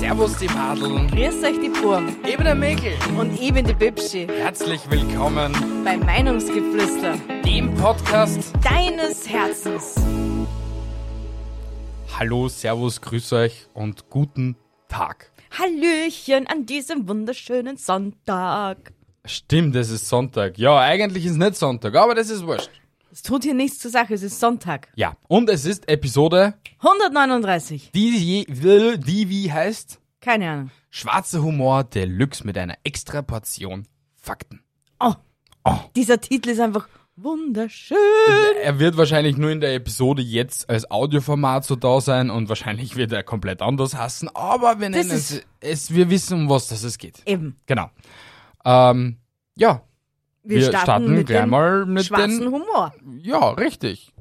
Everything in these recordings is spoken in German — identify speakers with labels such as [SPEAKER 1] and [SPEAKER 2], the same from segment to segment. [SPEAKER 1] Servus die Madeln,
[SPEAKER 2] Grüß euch die Burm
[SPEAKER 1] eben der Mäkel.
[SPEAKER 2] und ich bin die Bibschi
[SPEAKER 1] Herzlich willkommen
[SPEAKER 2] bei Meinungsgeflüster
[SPEAKER 1] dem Podcast.
[SPEAKER 2] deines Herzens.
[SPEAKER 1] Hallo, Servus, grüß euch und guten Tag.
[SPEAKER 2] Hallöchen an diesem wunderschönen Sonntag.
[SPEAKER 1] Stimmt, es ist Sonntag. Ja, eigentlich ist nicht Sonntag, aber das ist wurscht.
[SPEAKER 2] Es tut hier nichts zur Sache, es ist Sonntag.
[SPEAKER 1] Ja, und es ist Episode,
[SPEAKER 2] 139.
[SPEAKER 1] die, je- die wie heißt?
[SPEAKER 2] Keine Ahnung.
[SPEAKER 1] Schwarzer Humor Deluxe mit einer extra Portion Fakten.
[SPEAKER 2] Oh,
[SPEAKER 1] Oh.
[SPEAKER 2] dieser Titel ist einfach wunderschön.
[SPEAKER 1] Er wird wahrscheinlich nur in der Episode jetzt als Audioformat so da sein und wahrscheinlich wird er komplett anders hassen, aber wir nennen
[SPEAKER 2] ist-
[SPEAKER 1] es, es, wir wissen, um was das es geht.
[SPEAKER 2] Eben,
[SPEAKER 1] Genau. Ähm, ja,
[SPEAKER 2] wir,
[SPEAKER 1] Wir starten
[SPEAKER 2] mit
[SPEAKER 1] gleich
[SPEAKER 2] dem
[SPEAKER 1] mal mit
[SPEAKER 2] schwarzen
[SPEAKER 1] den-
[SPEAKER 2] Humor.
[SPEAKER 1] ja, richtig.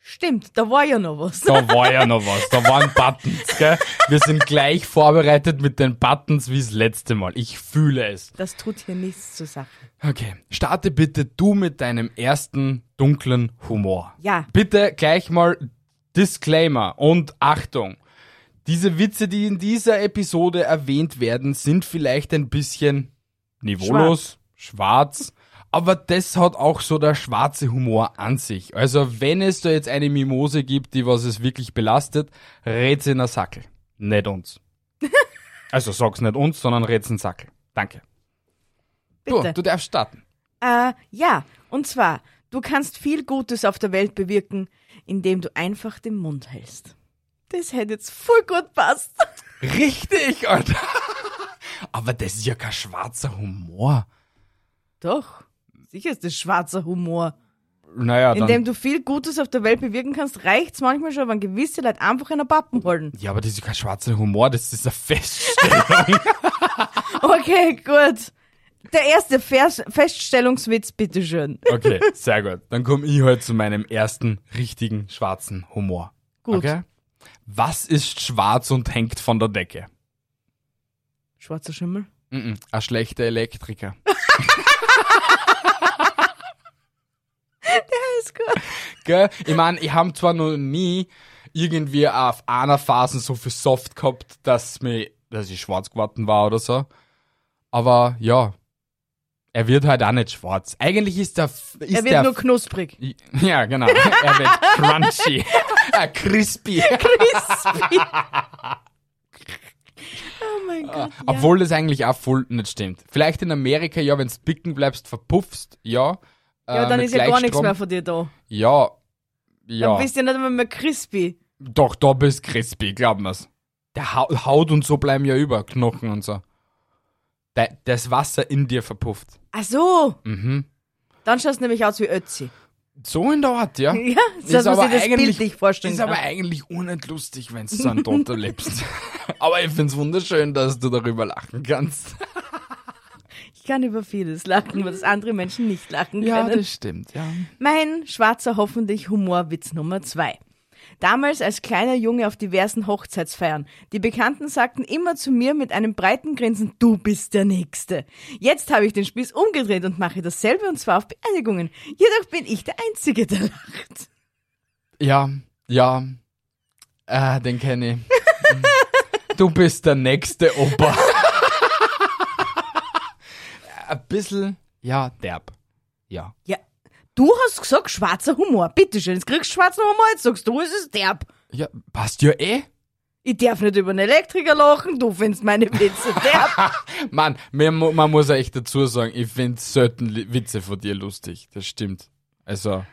[SPEAKER 2] Stimmt, da war ja noch was.
[SPEAKER 1] Da war ja noch was, da waren Buttons, gell? Wir sind gleich vorbereitet mit den Buttons wie das letzte Mal. Ich fühle es.
[SPEAKER 2] Das tut hier nichts zur Sache.
[SPEAKER 1] Okay, starte bitte du mit deinem ersten dunklen Humor.
[SPEAKER 2] Ja.
[SPEAKER 1] Bitte gleich mal Disclaimer und Achtung. Diese Witze, die in dieser Episode erwähnt werden, sind vielleicht ein bisschen niveaulos, schwarz. aber das hat auch so der schwarze Humor an sich. Also wenn es da jetzt eine Mimose gibt, die was es wirklich belastet, red's in der Sackel, nicht uns. also sag's nicht uns, sondern red's in den Sackel. Danke.
[SPEAKER 2] Bitte.
[SPEAKER 1] Du, du darfst starten.
[SPEAKER 2] Äh, ja, und zwar, du kannst viel Gutes auf der Welt bewirken, indem du einfach den Mund hältst. Das hätte jetzt voll gut passt.
[SPEAKER 1] Richtig, Alter. Aber das ist ja kein schwarzer Humor.
[SPEAKER 2] Doch, sicher ist das schwarzer Humor.
[SPEAKER 1] Naja, dann.
[SPEAKER 2] Indem du viel Gutes auf der Welt bewirken kannst, reicht's manchmal schon, wenn gewisse Leute einfach einen Pappen wollen.
[SPEAKER 1] ja, aber das ist ja kein schwarzer Humor, das ist eine Feststellung.
[SPEAKER 2] Okay, gut. Der erste Vers Feststellungswitz, bitteschön.
[SPEAKER 1] okay, sehr gut. Dann komme ich heute zu meinem ersten richtigen schwarzen Humor.
[SPEAKER 2] Gut.
[SPEAKER 1] Okay? Was ist schwarz und hängt von der Decke?
[SPEAKER 2] Schwarzer Schimmel.
[SPEAKER 1] Mhm, ein schlechter Elektriker.
[SPEAKER 2] Alles gut.
[SPEAKER 1] Gell? Ich meine, ich habe zwar noch nie irgendwie auf einer Phase so viel Soft gehabt, dass, mir, dass ich schwarz geworden war oder so. Aber ja, er wird halt auch nicht schwarz. Eigentlich ist der. F- Ist
[SPEAKER 2] Er
[SPEAKER 1] der
[SPEAKER 2] wird nur knusprig.
[SPEAKER 1] ja, genau. Er wird crunchy. ah, crispy.
[SPEAKER 2] Crispy. oh mein Gott. ja.
[SPEAKER 1] Ah, Obwohl das eigentlich auch voll nicht stimmt. Vielleicht in Amerika, ja, wenn du bicken bleibst, verpuffst, ja.
[SPEAKER 2] Ja,
[SPEAKER 1] äh,
[SPEAKER 2] dann
[SPEAKER 1] mit
[SPEAKER 2] ist ja gar nichts
[SPEAKER 1] Gleichstrom.
[SPEAKER 2] mehr von dir da.
[SPEAKER 1] Ja,
[SPEAKER 2] Dann
[SPEAKER 1] ja.
[SPEAKER 2] bist du ja nicht einmal mehr crispy.
[SPEAKER 1] Doch, da bist crispy, glaub mir's. Der Hau- Haut und so bleiben ja über, Knochen und so. Da- Das Wasser in dir verpufft.
[SPEAKER 2] Ach so,
[SPEAKER 1] Mhm.
[SPEAKER 2] dann schaust du nämlich aus wie Ötzi.
[SPEAKER 1] So in der Art, ja.
[SPEAKER 2] Ja, dass man sich das Bild nicht vorstellen
[SPEAKER 1] Ist
[SPEAKER 2] kann.
[SPEAKER 1] aber eigentlich unnett lustig, wenn du so einen Tod erlebst. aber ich find's wunderschön, dass du darüber lachen kannst.
[SPEAKER 2] Ich kann über vieles lachen, über das andere Menschen nicht lachen
[SPEAKER 1] Ja,
[SPEAKER 2] können.
[SPEAKER 1] das stimmt, ja.
[SPEAKER 2] Mein schwarzer hoffentlich Humorwitz Nummer zwei. Damals als kleiner Junge auf diversen Hochzeitsfeiern. Die Bekannten sagten immer zu mir mit einem breiten Grinsen, du bist der Nächste. Jetzt habe ich den Spieß umgedreht und mache dasselbe und zwar auf Beerdigungen. Jedoch bin ich der Einzige, der lacht.
[SPEAKER 1] Ja, ja. Ah, den kenne ich. Mhm. du bist der nächste Opa. Ein bisschen, ja, derb. Ja.
[SPEAKER 2] Ja, du hast gesagt schwarzer Humor. Bitteschön, jetzt kriegst du schwarzen Humor, jetzt sagst du, es ist derb.
[SPEAKER 1] Ja, passt ja eh.
[SPEAKER 2] Ich darf nicht über einen Elektriker lachen, du findest meine Witze derb.
[SPEAKER 1] Mann, mir mu- man muss ja echt dazu sagen, ich finde selten li- Witze von dir lustig. Das stimmt. Also,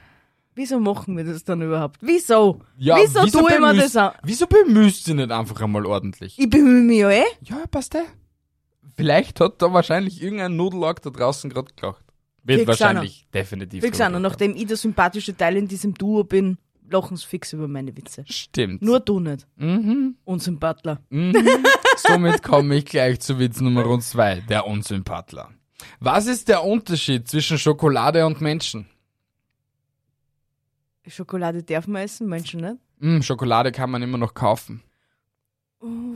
[SPEAKER 2] Wieso machen wir das dann überhaupt? Wieso?
[SPEAKER 1] ja,
[SPEAKER 2] wieso, tue ich mir
[SPEAKER 1] bemühst-
[SPEAKER 2] das an?
[SPEAKER 1] Wieso bemühst du dich nicht einfach einmal ordentlich?
[SPEAKER 2] Ich bemühe mich ja eh.
[SPEAKER 1] Ja, passt eh. Vielleicht hat da wahrscheinlich irgendein Nudellack da draußen gerade gelacht. Wird
[SPEAKER 2] Fix einer.
[SPEAKER 1] wahrscheinlich definitiv.
[SPEAKER 2] Fix
[SPEAKER 1] drüber
[SPEAKER 2] an, und
[SPEAKER 1] gelacht.
[SPEAKER 2] nachdem ich der sympathische Teil in diesem Duo bin, lachen sie fix über meine Witze.
[SPEAKER 1] Stimmt.
[SPEAKER 2] Nur du nicht,
[SPEAKER 1] Mhm.
[SPEAKER 2] Unsympathler.
[SPEAKER 1] Somit komme ich gleich zu Witz Nummer 2, der Unsympathler. Was ist der Unterschied zwischen Schokolade und Menschen?
[SPEAKER 2] Schokolade darf man essen, Menschen nicht.
[SPEAKER 1] Hm, Schokolade kann man immer noch kaufen.
[SPEAKER 2] Oh,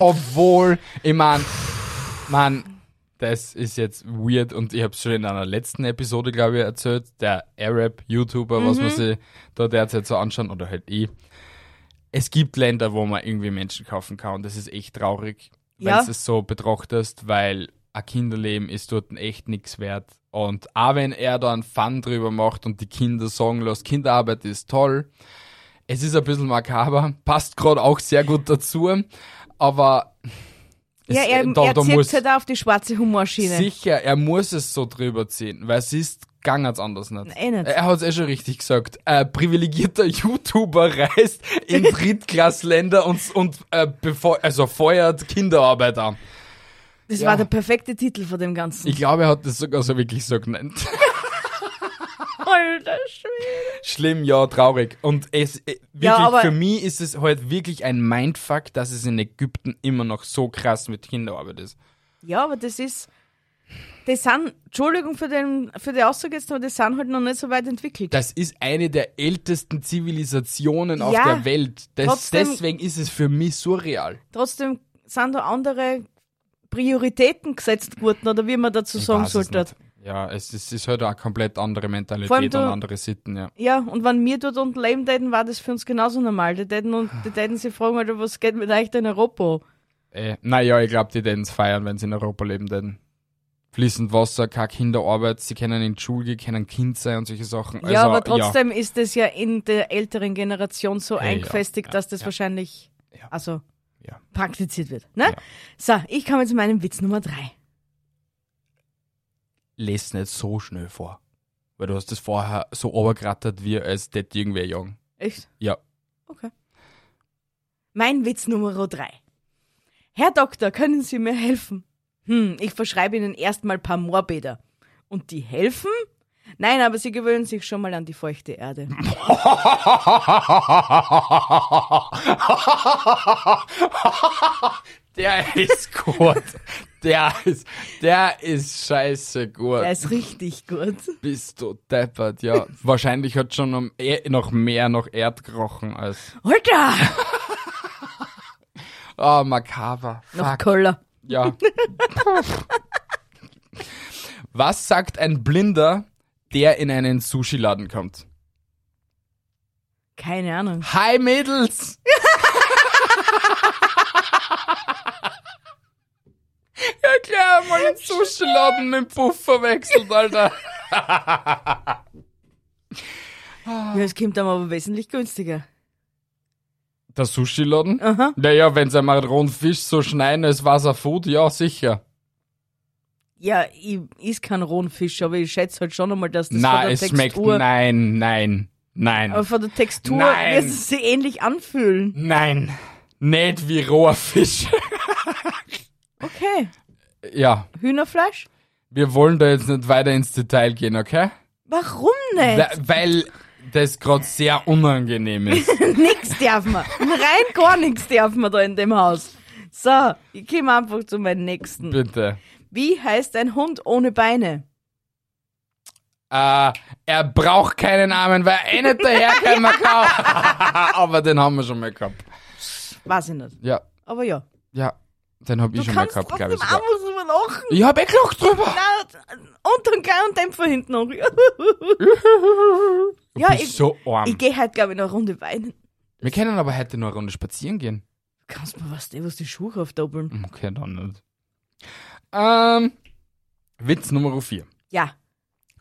[SPEAKER 1] Obwohl, ich mein, man, das ist jetzt weird und ich habe es schon in einer letzten Episode, glaube ich, erzählt, der Arab-YouTuber, was man sich da derzeit so anschauen, oder halt ich. Es gibt Länder, wo man irgendwie Menschen kaufen kann und das ist echt traurig, wenn
[SPEAKER 2] Ja.
[SPEAKER 1] du es so betrachtest, weil ein Kinderleben ist dort echt nichts wert. Und auch wenn er da einen Fun drüber macht und die Kinder sagen lässt, Kinderarbeit ist toll, es ist ein bisschen makaber, passt gerade auch sehr gut dazu, aber es- äh,
[SPEAKER 2] Ja, er,
[SPEAKER 1] da-
[SPEAKER 2] er
[SPEAKER 1] da
[SPEAKER 2] zieht
[SPEAKER 1] muss-
[SPEAKER 2] halt auch auf die schwarze Humorschiene.
[SPEAKER 1] Sicher, er muss es so drüber ziehen, weil es ist gang als anders nicht.
[SPEAKER 2] eh nicht.
[SPEAKER 1] Er hat es eh schon richtig gesagt. Ein privilegierter YouTuber reist in Drittklassländer und, und äh, befeu also feuert Kinderarbeit an.
[SPEAKER 2] das
[SPEAKER 1] ja.
[SPEAKER 2] war der perfekte Titel von dem Ganzen.
[SPEAKER 1] Ich glaube, er hat das sogar so wirklich so genannt.
[SPEAKER 2] Alter Schwede.
[SPEAKER 1] Schlimm, ja, traurig. Und es äh, wirklich
[SPEAKER 2] Ja, aber-
[SPEAKER 1] für mich ist es halt wirklich ein Mindfuck, dass es in Ägypten immer noch so krass mit Kinderarbeit ist.
[SPEAKER 2] Ja, aber das ist. Das sind, Entschuldigung für, den, für die Aussage jetzt, aber das sind halt noch nicht so weit entwickelt.
[SPEAKER 1] Das ist eine der ältesten Zivilisationen auf
[SPEAKER 2] Ja,
[SPEAKER 1] der Welt. Das,
[SPEAKER 2] trotzdem-
[SPEAKER 1] deswegen ist es für mich surreal.
[SPEAKER 2] Trotzdem sind da andere Prioritäten gesetzt worden, oder wie man dazu
[SPEAKER 1] Ich
[SPEAKER 2] sagen
[SPEAKER 1] weiß es
[SPEAKER 2] sollte.
[SPEAKER 1] nicht. Ja, es ist, es ist halt auch eine komplett andere Mentalität
[SPEAKER 2] Vor allem
[SPEAKER 1] und
[SPEAKER 2] du-
[SPEAKER 1] andere Sitten, ja.
[SPEAKER 2] Ja, und wenn wir dort unten leben täten, war das für uns genauso normal. Die täten, und, die täten sich fragen, Alter, was geht mit euch denn in Europa?
[SPEAKER 1] Äh, naja, ich glaube, die werden es feiern, wenn sie in Europa leben denn Fließend Wasser, keine Kinderarbeit, sie können in die Schule gehen, können Kind sein und solche Sachen.
[SPEAKER 2] ja,
[SPEAKER 1] also,
[SPEAKER 2] aber trotzdem ist das ja in der älteren Generation so
[SPEAKER 1] Hey, ja,
[SPEAKER 2] eingefestigt,
[SPEAKER 1] ja,
[SPEAKER 2] dass das
[SPEAKER 1] ja.
[SPEAKER 2] wahrscheinlich
[SPEAKER 1] Ja.
[SPEAKER 2] also
[SPEAKER 1] Ja.
[SPEAKER 2] praktiziert wird. Ne? So, ich komme zu meinem Witz Nummer drei.
[SPEAKER 1] Les nicht so schnell vor. Weil du hast das vorher so obergerattert, wie als tät irgendwer jung.
[SPEAKER 2] Echt?
[SPEAKER 1] Ja.
[SPEAKER 2] Okay. Mein Witz Nummer drei. Herr Doktor, können Sie mir helfen? Hm, ich verschreibe Ihnen erstmal ein paar Moorbäder. Und die helfen? Nein, aber Sie gewöhnen sich schon mal an die feuchte Erde.
[SPEAKER 1] Der ist gut. Der ist, der ist scheiße gut.
[SPEAKER 2] Der ist richtig gut.
[SPEAKER 1] Bist du deppert, ja. Wahrscheinlich hat schon am E- noch mehr nach Erd gerochen als.
[SPEAKER 2] Alter!
[SPEAKER 1] Ah, makaber.
[SPEAKER 2] Noch
[SPEAKER 1] Fuck.
[SPEAKER 2] Koller.
[SPEAKER 1] Ja. Was sagt ein Blinder, der in einen Sushi-Laden kommt?
[SPEAKER 2] Keine Ahnung.
[SPEAKER 1] Hi Mädels! ja klar, mal einen Sushi-Laden mit dem Puff verwechselt, Alter.
[SPEAKER 2] Ja, es kommt dann aber wesentlich günstiger.
[SPEAKER 1] Der Sushi-Laden?
[SPEAKER 2] Aha.
[SPEAKER 1] Naja, wenn sie einen rohen Fisch so schneiden als Wasserfood, ja sicher.
[SPEAKER 2] Ja, ich is kein rohen Fisch, aber ich schätze halt schon einmal, dass das von
[SPEAKER 1] nein,
[SPEAKER 2] der
[SPEAKER 1] es schmeckt.
[SPEAKER 2] Textur,
[SPEAKER 1] Nein, nein, nein.
[SPEAKER 2] aber von der Textur
[SPEAKER 1] Nein.
[SPEAKER 2] wird es sich ähnlich anfühlen.
[SPEAKER 1] Nein. Nicht wie roher Fisch.
[SPEAKER 2] Okay.
[SPEAKER 1] ja,
[SPEAKER 2] Hühnerfleisch?
[SPEAKER 1] wir wollen da jetzt nicht weiter ins Detail gehen, okay?
[SPEAKER 2] Warum nicht?
[SPEAKER 1] Da, weil das gerade sehr unangenehm ist.
[SPEAKER 2] nix darf man. Rein gar nichts darf man da in dem Haus. So, ich komme einfach zu meinem nächsten.
[SPEAKER 1] Bitte.
[SPEAKER 2] Wie heißt ein Hund ohne Beine?
[SPEAKER 1] Äh, er braucht keinen Namen, weil er eh nicht daherkommt. Aber den haben wir schon mal gehabt.
[SPEAKER 2] Weiß ich nicht.
[SPEAKER 1] Ja,
[SPEAKER 2] Aber ja.
[SPEAKER 1] ja. Den hab ich
[SPEAKER 2] Du
[SPEAKER 1] schon mal
[SPEAKER 2] kannst
[SPEAKER 1] gehabt,
[SPEAKER 2] trotzdem
[SPEAKER 1] glaube ich.
[SPEAKER 2] einfach
[SPEAKER 1] sogar.
[SPEAKER 2] drüber lachen.
[SPEAKER 1] Ich hab eh gelacht drüber.
[SPEAKER 2] Und dann kleinen Dämpfer hinten noch.
[SPEAKER 1] Du
[SPEAKER 2] ja,
[SPEAKER 1] bist
[SPEAKER 2] ich,
[SPEAKER 1] so arm.
[SPEAKER 2] ich gehe halt, glaube ich, eine Runde weinen.
[SPEAKER 1] wir können aber heute noch eine Runde spazieren gehen. Hm,
[SPEAKER 2] Kannst mir was, was die Schuhe aufdoppeln?
[SPEAKER 1] Okay, dann nicht. Ähm, Witz Nummer 4.
[SPEAKER 2] Ja.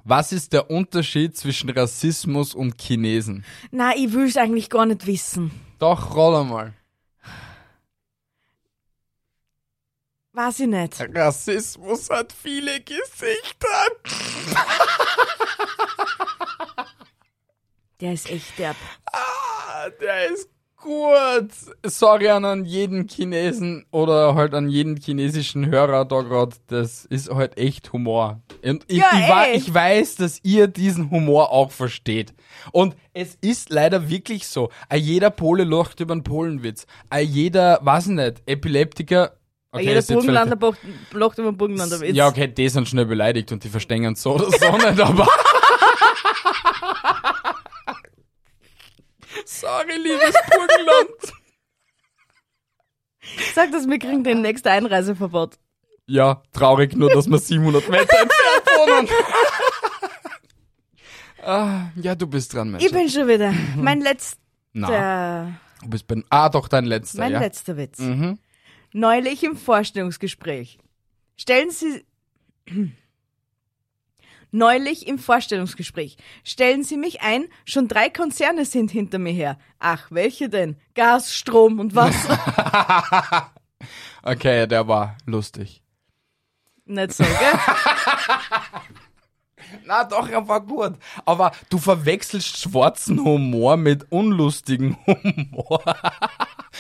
[SPEAKER 1] Was ist der Unterschied zwischen Rassismus und Chinesen?
[SPEAKER 2] Na, ich will's eigentlich gar nicht wissen.
[SPEAKER 1] Doch, roll mal.
[SPEAKER 2] Weiß
[SPEAKER 1] Äh.
[SPEAKER 2] ich nicht.
[SPEAKER 1] Rassismus hat viele Gesichter.
[SPEAKER 2] Der ist echt derb.
[SPEAKER 1] Ah, der ist gut. Sorry an, an jeden Chinesen oder halt an jeden chinesischen Hörer da grad. Das ist halt echt Humor. Und ich,
[SPEAKER 2] Ja,
[SPEAKER 1] ich, wa-
[SPEAKER 2] ey.
[SPEAKER 1] ich weiß, dass ihr diesen Humor auch versteht. Und es ist leider wirklich so. A jeder Pole lacht über einen Polenwitz. A jeder, weiß ich nicht, Epileptiker. Okay,
[SPEAKER 2] Jeder
[SPEAKER 1] das ist jetzt vielleicht-
[SPEAKER 2] Burgenlander bocht- lacht über den Burgenlander Witz.
[SPEAKER 1] Ja, okay, die sind schnell beleidigt und die verstehen so oder so nicht, aber. Sorry, liebes Burgenland.
[SPEAKER 2] Sag das, wir kriegen den nächsten Einreiseverbot.
[SPEAKER 1] Ja, traurig nur, dass wir 700 Meter entfernt wohnen. ah, ja, du bist dran, Mensch.
[SPEAKER 2] Ich bin schon wieder. Mein letzter.
[SPEAKER 1] Na, du bist bei, ah, doch, dein letzter,
[SPEAKER 2] Mein
[SPEAKER 1] ja.
[SPEAKER 2] letzter Witz.
[SPEAKER 1] Mhm.
[SPEAKER 2] Neulich im Vorstellungsgespräch. Stellen Sie. Neulich im Vorstellungsgespräch. Stellen Sie mich ein, schon drei Konzerne sind hinter mir her. Ach, welche denn? Gas, Strom und Wasser.
[SPEAKER 1] Okay, der war lustig.
[SPEAKER 2] Nicht so, gell?
[SPEAKER 1] Na doch, er war gut. Aber du verwechselst schwarzen Humor mit unlustigen Humor.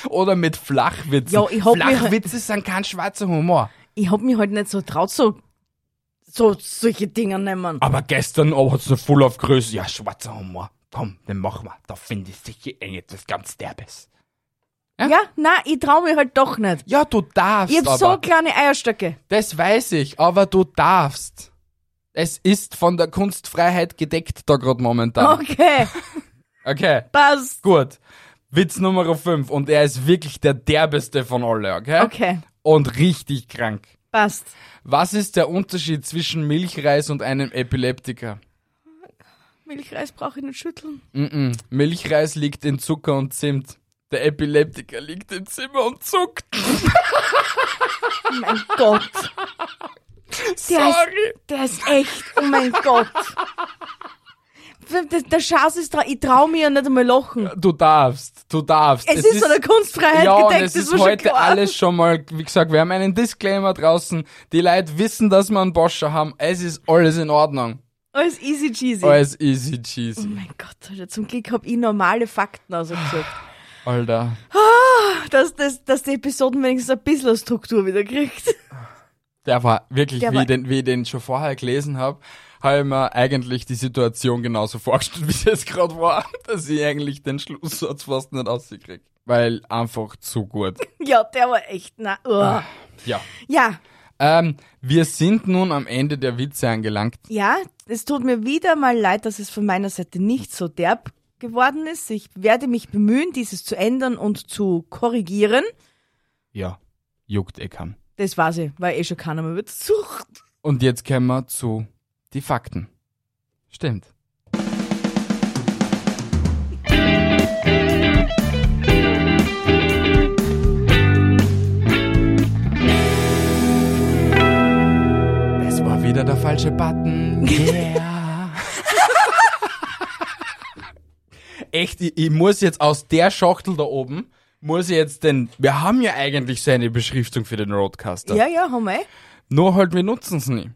[SPEAKER 1] Oder mit Flachwitzen.
[SPEAKER 2] Ja, ich hab mir-
[SPEAKER 1] Flachwitze sind kein schwarzer Humor.
[SPEAKER 2] Ich hab mich heute nicht so traut, so, so solche Dinge nehmen.
[SPEAKER 1] Aber gestern oh, hat's noch voll auf Größe. Ja, schwarzer Humor. Komm, den machen wir. Da finde ich sicher enge des ganz Derbes.
[SPEAKER 2] Ja, na, ich trau mich halt doch nicht.
[SPEAKER 1] Ja, du darfst.
[SPEAKER 2] Ich hab
[SPEAKER 1] aber.
[SPEAKER 2] so kleine Eierstöcke.
[SPEAKER 1] das weiß ich, aber du darfst. Es ist von der Kunstfreiheit gedeckt da gerade momentan.
[SPEAKER 2] Okay,
[SPEAKER 1] Okay.
[SPEAKER 2] passt.
[SPEAKER 1] Gut. Witz Nummer 5 und er ist wirklich der derbeste von alle, okay?
[SPEAKER 2] Okay,
[SPEAKER 1] Und richtig krank.
[SPEAKER 2] passt.
[SPEAKER 1] Was ist der Unterschied zwischen Milchreis und einem Epileptiker?
[SPEAKER 2] Milchreis brauche ich nicht schütteln.
[SPEAKER 1] Mm-mm. Milchreis liegt in Zucker und Zimt. Der Epileptiker liegt im Zimmer und zuckt.
[SPEAKER 2] Oh Mein Gott. Der
[SPEAKER 1] Sorry.
[SPEAKER 2] Ist, der ist echt, oh mein Gott. Der, der Schatz ist dran, ich trau mir ja nicht einmal lachen.
[SPEAKER 1] Du darfst, du darfst.
[SPEAKER 2] Es, ist von der Kunstfreiheit
[SPEAKER 1] ja, und
[SPEAKER 2] gedeckt,
[SPEAKER 1] es
[SPEAKER 2] das
[SPEAKER 1] ist
[SPEAKER 2] war schon
[SPEAKER 1] heute
[SPEAKER 2] klar.
[SPEAKER 1] alles schon mal, wie gesagt, wir haben einen Disclaimer draußen. Die Leute wissen, dass wir einen Boscher haben. Es ist alles in Ordnung.
[SPEAKER 2] Alles easy cheesy.
[SPEAKER 1] Alles easy cheesy.
[SPEAKER 2] Oh mein Gott, Alter, zum Glück hab ich normale Fakten ausgesucht.
[SPEAKER 1] Alter.
[SPEAKER 2] Dass, dass, dass die Episoden wenigstens ein bisschen Struktur wieder kriegt.
[SPEAKER 1] Der war wirklich,
[SPEAKER 2] Der
[SPEAKER 1] wie,
[SPEAKER 2] war-
[SPEAKER 1] ich den, wie ich den schon vorher gelesen habe, habe ich mir eigentlich die Situation genauso vorgestellt, wie sie jetzt gerade war, dass ich eigentlich den Schlusssatz fast nicht rausgekriegt. Weil einfach zu gut.
[SPEAKER 2] Ja, der war echt, na, oh.
[SPEAKER 1] Ja.
[SPEAKER 2] Ja,
[SPEAKER 1] Ähm, wir sind nun am Ende der Witze angelangt.
[SPEAKER 2] ja, es tut mir wieder mal leid, dass es von meiner Seite nicht so derb geworden ist. Ich werde mich bemühen, dieses zu ändern und zu korrigieren.
[SPEAKER 1] Ja. Juckt eh kann.
[SPEAKER 2] Das war sie, weil eh schon keiner mehr wird. Sucht.
[SPEAKER 1] Und jetzt kommen wir zu die Fakten. Stimmt. Das war wieder der falsche Button. Yeah. Echt, ich, ich muss jetzt aus der Schachtel da oben, muss ich jetzt den, wir haben ja eigentlich so eine Beschriftung für den Roadcaster.
[SPEAKER 2] Ja, ja, haben wir. eh.
[SPEAKER 1] Nur halt, wir nutzen es nie.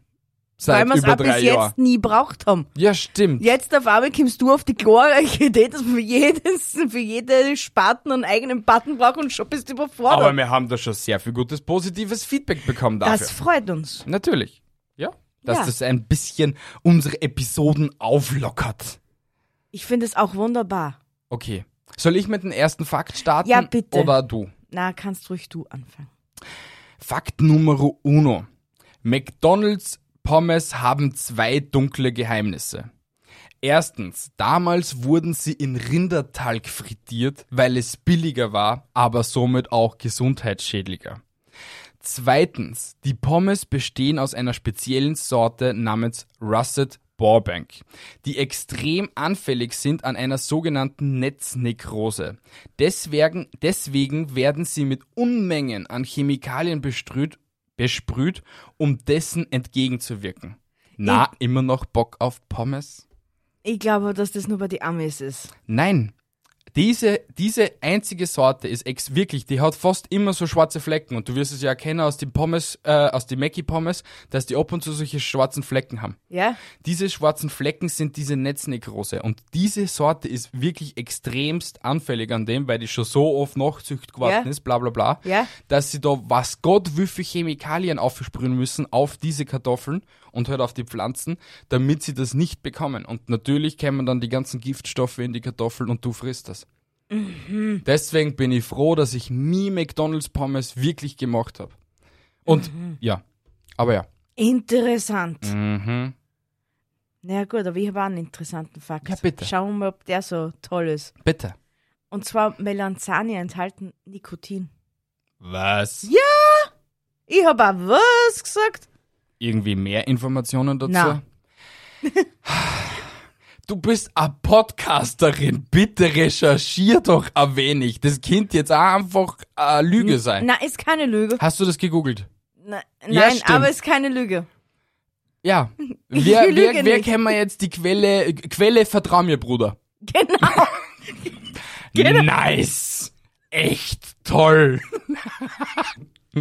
[SPEAKER 1] Seit
[SPEAKER 2] Weil wir es
[SPEAKER 1] über
[SPEAKER 2] auch
[SPEAKER 1] drei
[SPEAKER 2] bis
[SPEAKER 1] Jahren.
[SPEAKER 2] jetzt nie braucht haben.
[SPEAKER 1] Ja, stimmt.
[SPEAKER 2] Jetzt auf einmal kommst du auf die glorreiche Idee, dass wir für, jedes, für jede Sparten einen eigenen Button brauchen und schon bist du überfordert.
[SPEAKER 1] Aber wir haben da schon sehr viel gutes, positives Feedback bekommen dafür.
[SPEAKER 2] das freut uns.
[SPEAKER 1] Natürlich. Ja. Dass
[SPEAKER 2] Ja.
[SPEAKER 1] das ein bisschen unsere Episoden auflockert.
[SPEAKER 2] Ich finde es auch wunderbar.
[SPEAKER 1] Okay. Soll ich mit dem ersten Fakt starten?
[SPEAKER 2] Ja, bitte.
[SPEAKER 1] Oder du?
[SPEAKER 2] Na, kannst ruhig du anfangen.
[SPEAKER 1] Fakt Nummer uno. McDonalds Pommes haben zwei dunkle Geheimnisse. Erstens, damals wurden sie in Rindertalg frittiert, weil es billiger war, aber somit auch gesundheitsschädliger. Zweitens, die Pommes bestehen aus einer speziellen Sorte namens Russet Borbank, die extrem anfällig sind an einer sogenannten Netznekrose. Deswegen, deswegen werden sie mit Unmengen an Chemikalien bestrüht, besprüht, um dessen entgegenzuwirken. Na, immer noch Bock auf Pommes?
[SPEAKER 2] Ich glaube, dass das nur bei den Amis ist.
[SPEAKER 1] Nein. Diese, diese einzige Sorte ist ex wirklich, die hat fast immer so schwarze Flecken und du wirst es ja erkennen aus den Pommes, äh, aus den Mackie Pommes, dass die ab und zu solche schwarzen Flecken haben.
[SPEAKER 2] Ja?
[SPEAKER 1] Diese schwarzen Flecken sind diese Netznekrose und diese Sorte ist wirklich extremst anfällig an dem, weil die schon so oft nachzücht geworden
[SPEAKER 2] Ja.
[SPEAKER 1] ist, bla bla bla,
[SPEAKER 2] Ja?
[SPEAKER 1] dass sie da was Gott wie viel Chemikalien aufsprühen müssen auf diese Kartoffeln und halt auf die Pflanzen, damit sie das nicht bekommen. Und natürlich kämen dann die ganzen Giftstoffe in die Kartoffeln und du frisst das.
[SPEAKER 2] Mhm.
[SPEAKER 1] Deswegen bin ich froh, dass ich nie McDonalds Pommes wirklich gemacht habe. Und
[SPEAKER 2] Mhm.
[SPEAKER 1] ja, aber ja.
[SPEAKER 2] Interessant.
[SPEAKER 1] Mhm.
[SPEAKER 2] Na ja, gut, aber ich habe auch einen interessanten Fakt.
[SPEAKER 1] Ja, bitte.
[SPEAKER 2] Schauen wir mal, ob der so toll ist.
[SPEAKER 1] Bitte.
[SPEAKER 2] Und zwar Melanzane enthalten Nikotin.
[SPEAKER 1] Was?
[SPEAKER 2] Ja! Ich habe auch was gesagt.
[SPEAKER 1] Irgendwie mehr Informationen dazu?
[SPEAKER 2] Na.
[SPEAKER 1] Du bist eine Podcasterin. Bitte recherchier doch ein wenig. Das Kind jetzt auch einfach eine Lüge sein.
[SPEAKER 2] Na, ist keine Lüge.
[SPEAKER 1] Hast du das gegoogelt?
[SPEAKER 2] Na,
[SPEAKER 1] Ja,
[SPEAKER 2] nein,
[SPEAKER 1] stimmt.
[SPEAKER 2] aber ist keine Lüge.
[SPEAKER 1] Ja. Wer,
[SPEAKER 2] Ich lüge
[SPEAKER 1] wer, wer
[SPEAKER 2] nicht.
[SPEAKER 1] kennen wir jetzt die Quelle? Quelle, vertrau mir, Bruder.
[SPEAKER 2] Genau. Genau.
[SPEAKER 1] Nice. Echt toll.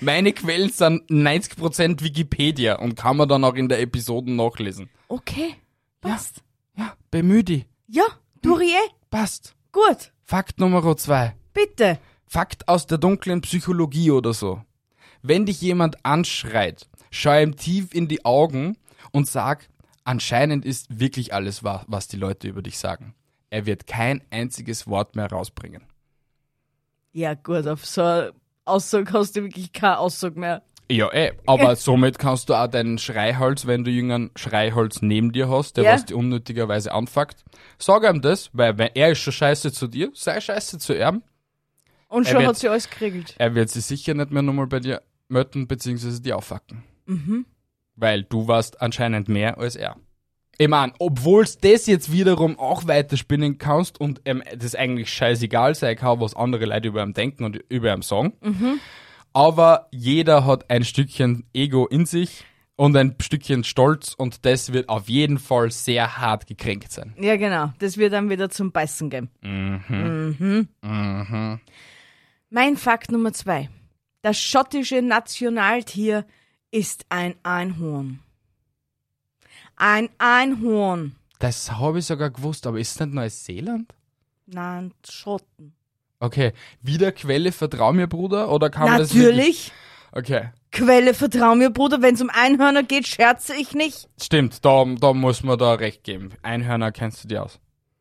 [SPEAKER 1] Meine Quellen sind 90% Wikipedia und kann man dann auch in der Episode nachlesen.
[SPEAKER 2] Okay. Passt.
[SPEAKER 1] Ja, bemühe dich.
[SPEAKER 2] Ja, Durie,
[SPEAKER 1] Passt.
[SPEAKER 2] gut.
[SPEAKER 1] Fakt Nummer zwei.
[SPEAKER 2] Bitte.
[SPEAKER 1] Fakt aus der dunklen Psychologie oder so. Wenn dich jemand anschreit, schau ihm tief in die Augen und sag, anscheinend ist wirklich alles wahr, was die Leute über dich sagen. Er wird kein einziges Wort mehr rausbringen.
[SPEAKER 2] Ja, gut, auf so eine Aussage hast du wirklich keine Aussage mehr.
[SPEAKER 1] Ja, eh, aber somit kannst du auch deinen Schreiholz, wenn du jüngeren Schreiholz neben dir hast, der
[SPEAKER 2] Ja.
[SPEAKER 1] was dich unnötigerweise anfuckt, sag ihm das, weil wenn er ist schon scheiße zu dir, sei scheiße zu ihm.
[SPEAKER 2] Und
[SPEAKER 1] Er
[SPEAKER 2] schon
[SPEAKER 1] wird-
[SPEAKER 2] hat sie alles geregelt.
[SPEAKER 1] Er wird sich sicher nicht mehr nochmal bei dir möten, beziehungsweise dir auffacken. Weil du warst anscheinend mehr als er. Ich meine, obwohl das jetzt wiederum auch weiterspinnen kannst und ähm, das eigentlich scheißegal sein kann, was andere Leute über ihn denken und über ihn sagen. Aber jeder hat ein Stückchen Ego in sich und ein Stückchen Stolz und das wird auf jeden Fall sehr hart gekränkt sein.
[SPEAKER 2] Ja, genau. Das wird dann wieder zum Beißen gehen. Mhm. Mhm.
[SPEAKER 1] Mhm.
[SPEAKER 2] Mein Fakt Nummer zwei. Das schottische Nationaltier ist ein Einhorn. Ein Einhorn.
[SPEAKER 1] Das habe ich sogar gewusst, aber ist es nicht Neuseeland?
[SPEAKER 2] Nein, Schotten.
[SPEAKER 1] Okay, wieder Quelle, vertrau mir, Bruder, oder kann man das wirklich-
[SPEAKER 2] Natürlich.
[SPEAKER 1] Okay,
[SPEAKER 2] Quelle, vertrau mir, Bruder. Wenn es um Einhörner geht, scherze ich nicht.
[SPEAKER 1] stimmt, da, da muss man da recht geben. Einhörner kennst du dir aus.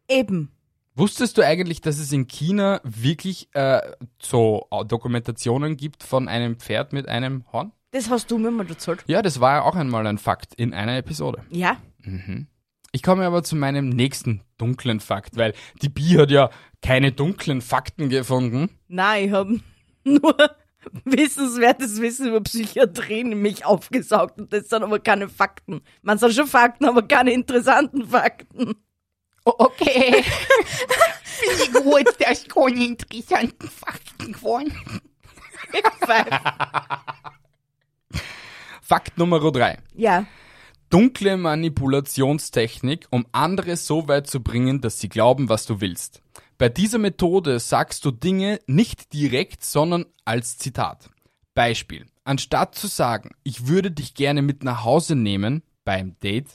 [SPEAKER 2] Eben.
[SPEAKER 1] Wusstest du eigentlich, dass es in China wirklich äh, so Dokumentationen gibt von einem Pferd mit einem Horn?
[SPEAKER 2] Das hast du mir mal erzählt.
[SPEAKER 1] Ja, das war ja auch einmal ein Fakt in einer Episode.
[SPEAKER 2] Ja.
[SPEAKER 1] Ich komme aber zu meinem nächsten dunklen Fakt, weil die Bi hat ja keine dunklen Fakten gefunden.
[SPEAKER 2] Nein, ich habe nur wissenswertes Wissen über Psychiatrien in mich aufgesaugt und das sind aber keine Fakten. Man sind schon Fakten, aber keine interessanten Fakten.
[SPEAKER 3] Okay. Finde ich gut, dass ich keine interessanten Fakten geworden
[SPEAKER 1] Fakt Nummer drei.
[SPEAKER 2] Ja.
[SPEAKER 1] dunkle Manipulationstechnik, um andere so weit zu bringen, dass sie glauben, was du willst. Bei dieser Methode sagst du Dinge nicht direkt, sondern als Zitat. Beispiel. Anstatt zu sagen, ich würde dich gerne mit nach Hause nehmen beim Date,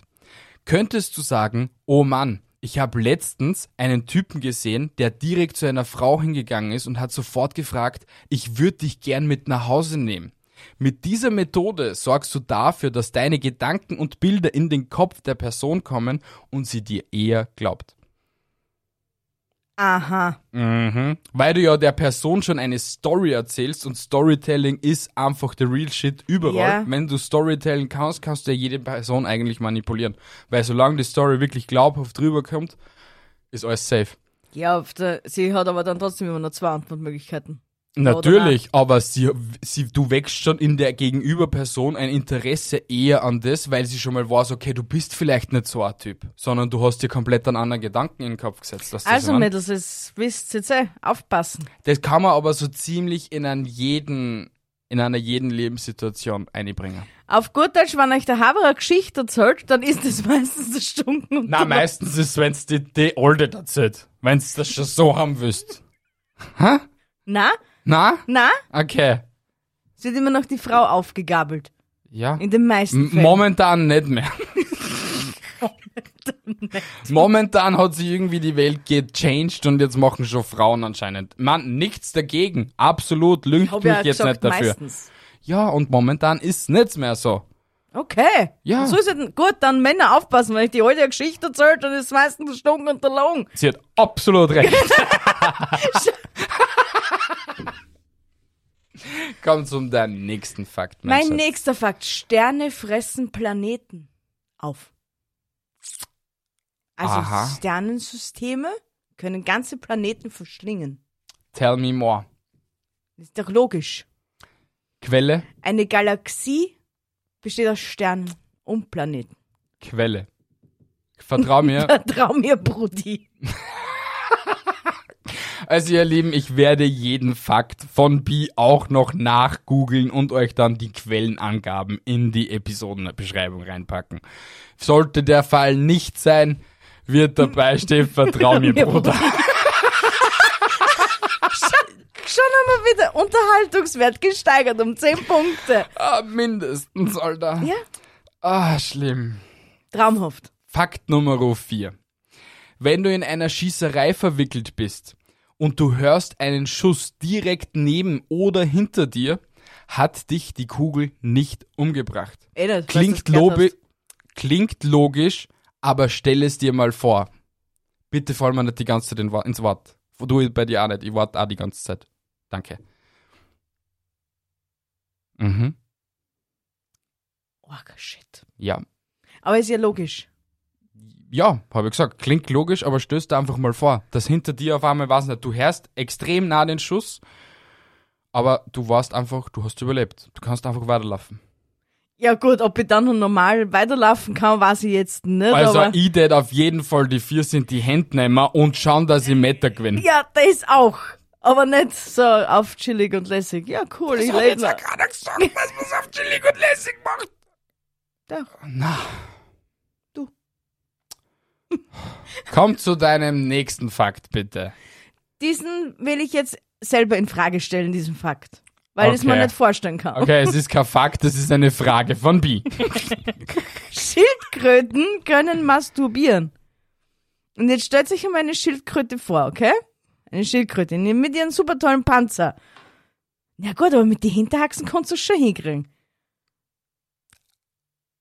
[SPEAKER 1] könntest du sagen, oh Mann, ich habe letztens einen Typen gesehen, der direkt zu einer Frau hingegangen ist und hat sofort gefragt, ich würde dich gern mit nach Hause nehmen. Mit dieser Methode sorgst du dafür, dass deine Gedanken und Bilder in den Kopf der Person kommen und sie dir eher glaubt.
[SPEAKER 2] Aha.
[SPEAKER 1] Mhm. Weil du ja der Person schon eine Story erzählst und Storytelling ist einfach der real shit überall.
[SPEAKER 2] Ja.
[SPEAKER 1] Wenn du Storytelling kannst, kannst du ja jede Person eigentlich manipulieren. Weil solange die Story wirklich glaubhaft rüberkommt, ist alles safe.
[SPEAKER 2] Ja, auf der, sie hat aber dann trotzdem immer nur zwei Antwortmöglichkeiten.
[SPEAKER 1] Natürlich, aber sie, sie, du wächst schon in der Gegenüberperson ein Interesse eher an das, weil sie schon mal weiß, okay, du bist vielleicht nicht so ein Typ, sondern du hast dir komplett einen anderen Gedanken in den Kopf gesetzt. weißt du, was ich
[SPEAKER 2] Also,
[SPEAKER 1] mein?
[SPEAKER 2] Mädels, es wisst jetzt eh, aufpassen.
[SPEAKER 1] Das kann man aber so ziemlich in, an jeden, in einer jeden Lebenssituation einbringen.
[SPEAKER 2] Auf gut Deutsch, wenn euch der Haberer eine Geschichte erzählt, dann ist es meistens erstunken und
[SPEAKER 1] Na, meistens ist, wenn's die, die Alte erzählt. Wenn's das schon so haben willst. Hä?
[SPEAKER 2] Na,
[SPEAKER 1] Na?
[SPEAKER 2] na,
[SPEAKER 1] Okay.
[SPEAKER 2] es wird immer noch die Frau aufgegabelt.
[SPEAKER 1] Ja.
[SPEAKER 2] In den meisten
[SPEAKER 1] M-
[SPEAKER 2] Fällen.
[SPEAKER 1] Momentan nicht mehr. Momentan hat sich irgendwie die Welt gechanged und jetzt machen schon Frauen anscheinend. Man, nichts dagegen. Absolut, lügt
[SPEAKER 2] Hab
[SPEAKER 1] mich
[SPEAKER 2] ja
[SPEAKER 1] jetzt nicht
[SPEAKER 2] gesagt,
[SPEAKER 1] dafür.
[SPEAKER 2] meistens.
[SPEAKER 1] Ja, und momentan ist nichts mehr so.
[SPEAKER 2] Okay.
[SPEAKER 1] Ja.
[SPEAKER 2] So ist es gut, dann Männer aufpassen, wenn ich die alte Geschichte erzähle, dann ist es meistens stunken und erlogen.
[SPEAKER 1] Sie hat absolut recht. Komm zum deinem nächsten Fakt.
[SPEAKER 2] Mein
[SPEAKER 1] Schatz.
[SPEAKER 2] nächster Fakt. Sterne fressen Planeten auf. Also
[SPEAKER 1] Aha.
[SPEAKER 2] Sternensysteme können ganze Planeten verschlingen.
[SPEAKER 1] Tell me more.
[SPEAKER 2] Ist doch logisch.
[SPEAKER 1] Quelle,
[SPEAKER 2] Eine Galaxie besteht aus Sternen und Planeten.
[SPEAKER 1] Quelle. Vertrau mir.
[SPEAKER 2] Vertrau mir, Brudi.
[SPEAKER 1] Also ihr Lieben, ich werde jeden Fakt von Bi auch noch nachgoogeln und euch dann die Quellenangaben in die Episodenbeschreibung reinpacken. Sollte der Fall nicht sein, wird dabei stehen, vertrau mir,
[SPEAKER 2] Mir,
[SPEAKER 1] Bruder.
[SPEAKER 2] Schon einmal wieder Unterhaltungswert gesteigert um 10 Punkte.
[SPEAKER 1] Ah, mindestens, Alter.
[SPEAKER 2] Ja,
[SPEAKER 1] Ah, schlimm.
[SPEAKER 2] traumhaft.
[SPEAKER 1] Fakt Nummer 4. Wenn du in einer Schießerei verwickelt bist und du hörst einen Schuss direkt neben oder hinter dir, hat dich die Kugel nicht umgebracht.
[SPEAKER 2] Eh nicht, was
[SPEAKER 1] Klingt,
[SPEAKER 2] du gehört
[SPEAKER 1] lobi-
[SPEAKER 2] hast.
[SPEAKER 1] klingt logisch, aber stell es dir mal vor. Bitte fall mir nicht die ganze Zeit in Wa- ins Wort. Du bei dir auch nicht, ich warte auch die ganze Zeit. Danke. Mhm,
[SPEAKER 2] Orga shit.
[SPEAKER 1] ja.
[SPEAKER 2] Aber ist ja logisch.
[SPEAKER 1] Ja, habe ich gesagt, klingt logisch, aber stößt da einfach mal vor, dass hinter dir auf einmal, weiß nicht, du hörst extrem nah den Schuss, aber du warst einfach, du hast überlebt. Du kannst einfach weiterlaufen.
[SPEAKER 2] Ja gut, ob ich dann noch normal weiterlaufen kann, weiß ich jetzt nicht.
[SPEAKER 1] Also,
[SPEAKER 2] aber
[SPEAKER 1] ich tät auf jeden Fall die vier sind die Hände nehmen und schauen, dass ich Meter gewinne.
[SPEAKER 2] ja, das auch. Aber nicht so auf chillig und lässig. Ja, cool, ich lebe noch.
[SPEAKER 1] gar nicht gesagt, dass man es auf chillig und lässig macht.
[SPEAKER 2] Da.
[SPEAKER 1] Na.
[SPEAKER 2] Du.
[SPEAKER 1] Komm zu deinem nächsten Fakt, bitte.
[SPEAKER 2] Diesen will ich jetzt selber in Frage stellen, diesen Fakt. Weil ich es mir
[SPEAKER 1] Okay.
[SPEAKER 2] nicht vorstellen kann.
[SPEAKER 1] Okay, es ist kein Fakt, es ist eine Frage von Bi.
[SPEAKER 2] Schildkröten können masturbieren. Und jetzt stellt sich einmal eine Schildkröte vor, okay? Eine Schildkröte ne- mit ihrem super tollen Panzer. Ja gut, aber mit den Hinterhaxen kannst du schon hinkriegen.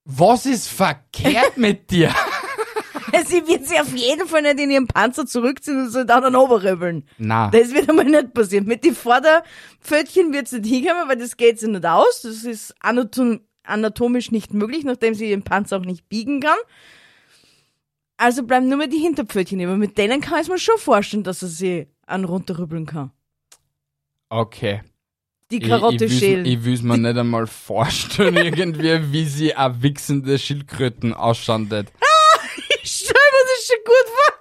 [SPEAKER 1] Was ist verkehrt mit dir?
[SPEAKER 2] Sie wird sie auf jeden Fall nicht in ihren Panzer zurückziehen und soll dann dann oberrübbeln.
[SPEAKER 1] Na,
[SPEAKER 2] Das wird einmal nicht passieren. Mit den Vorderpfötchen wird sie nicht hinkommen, weil das geht sie nicht aus. Das ist anatom anatomisch nicht möglich, nachdem sie ihren Panzer auch nicht biegen kann. Also bleiben nur mehr die Hinterpfötchen über. Mit denen kann ich mir schon vorstellen, dass er sie an runterrübbeln kann.
[SPEAKER 1] okay.
[SPEAKER 2] Die Karotte
[SPEAKER 1] ich, ich will's-
[SPEAKER 2] schälen.
[SPEAKER 1] Ich will es mir nicht einmal vorstellen, irgendwie, wie sie eine wichsende Schildkröten ausschandet.
[SPEAKER 2] Ich stell mir das schon gut vor.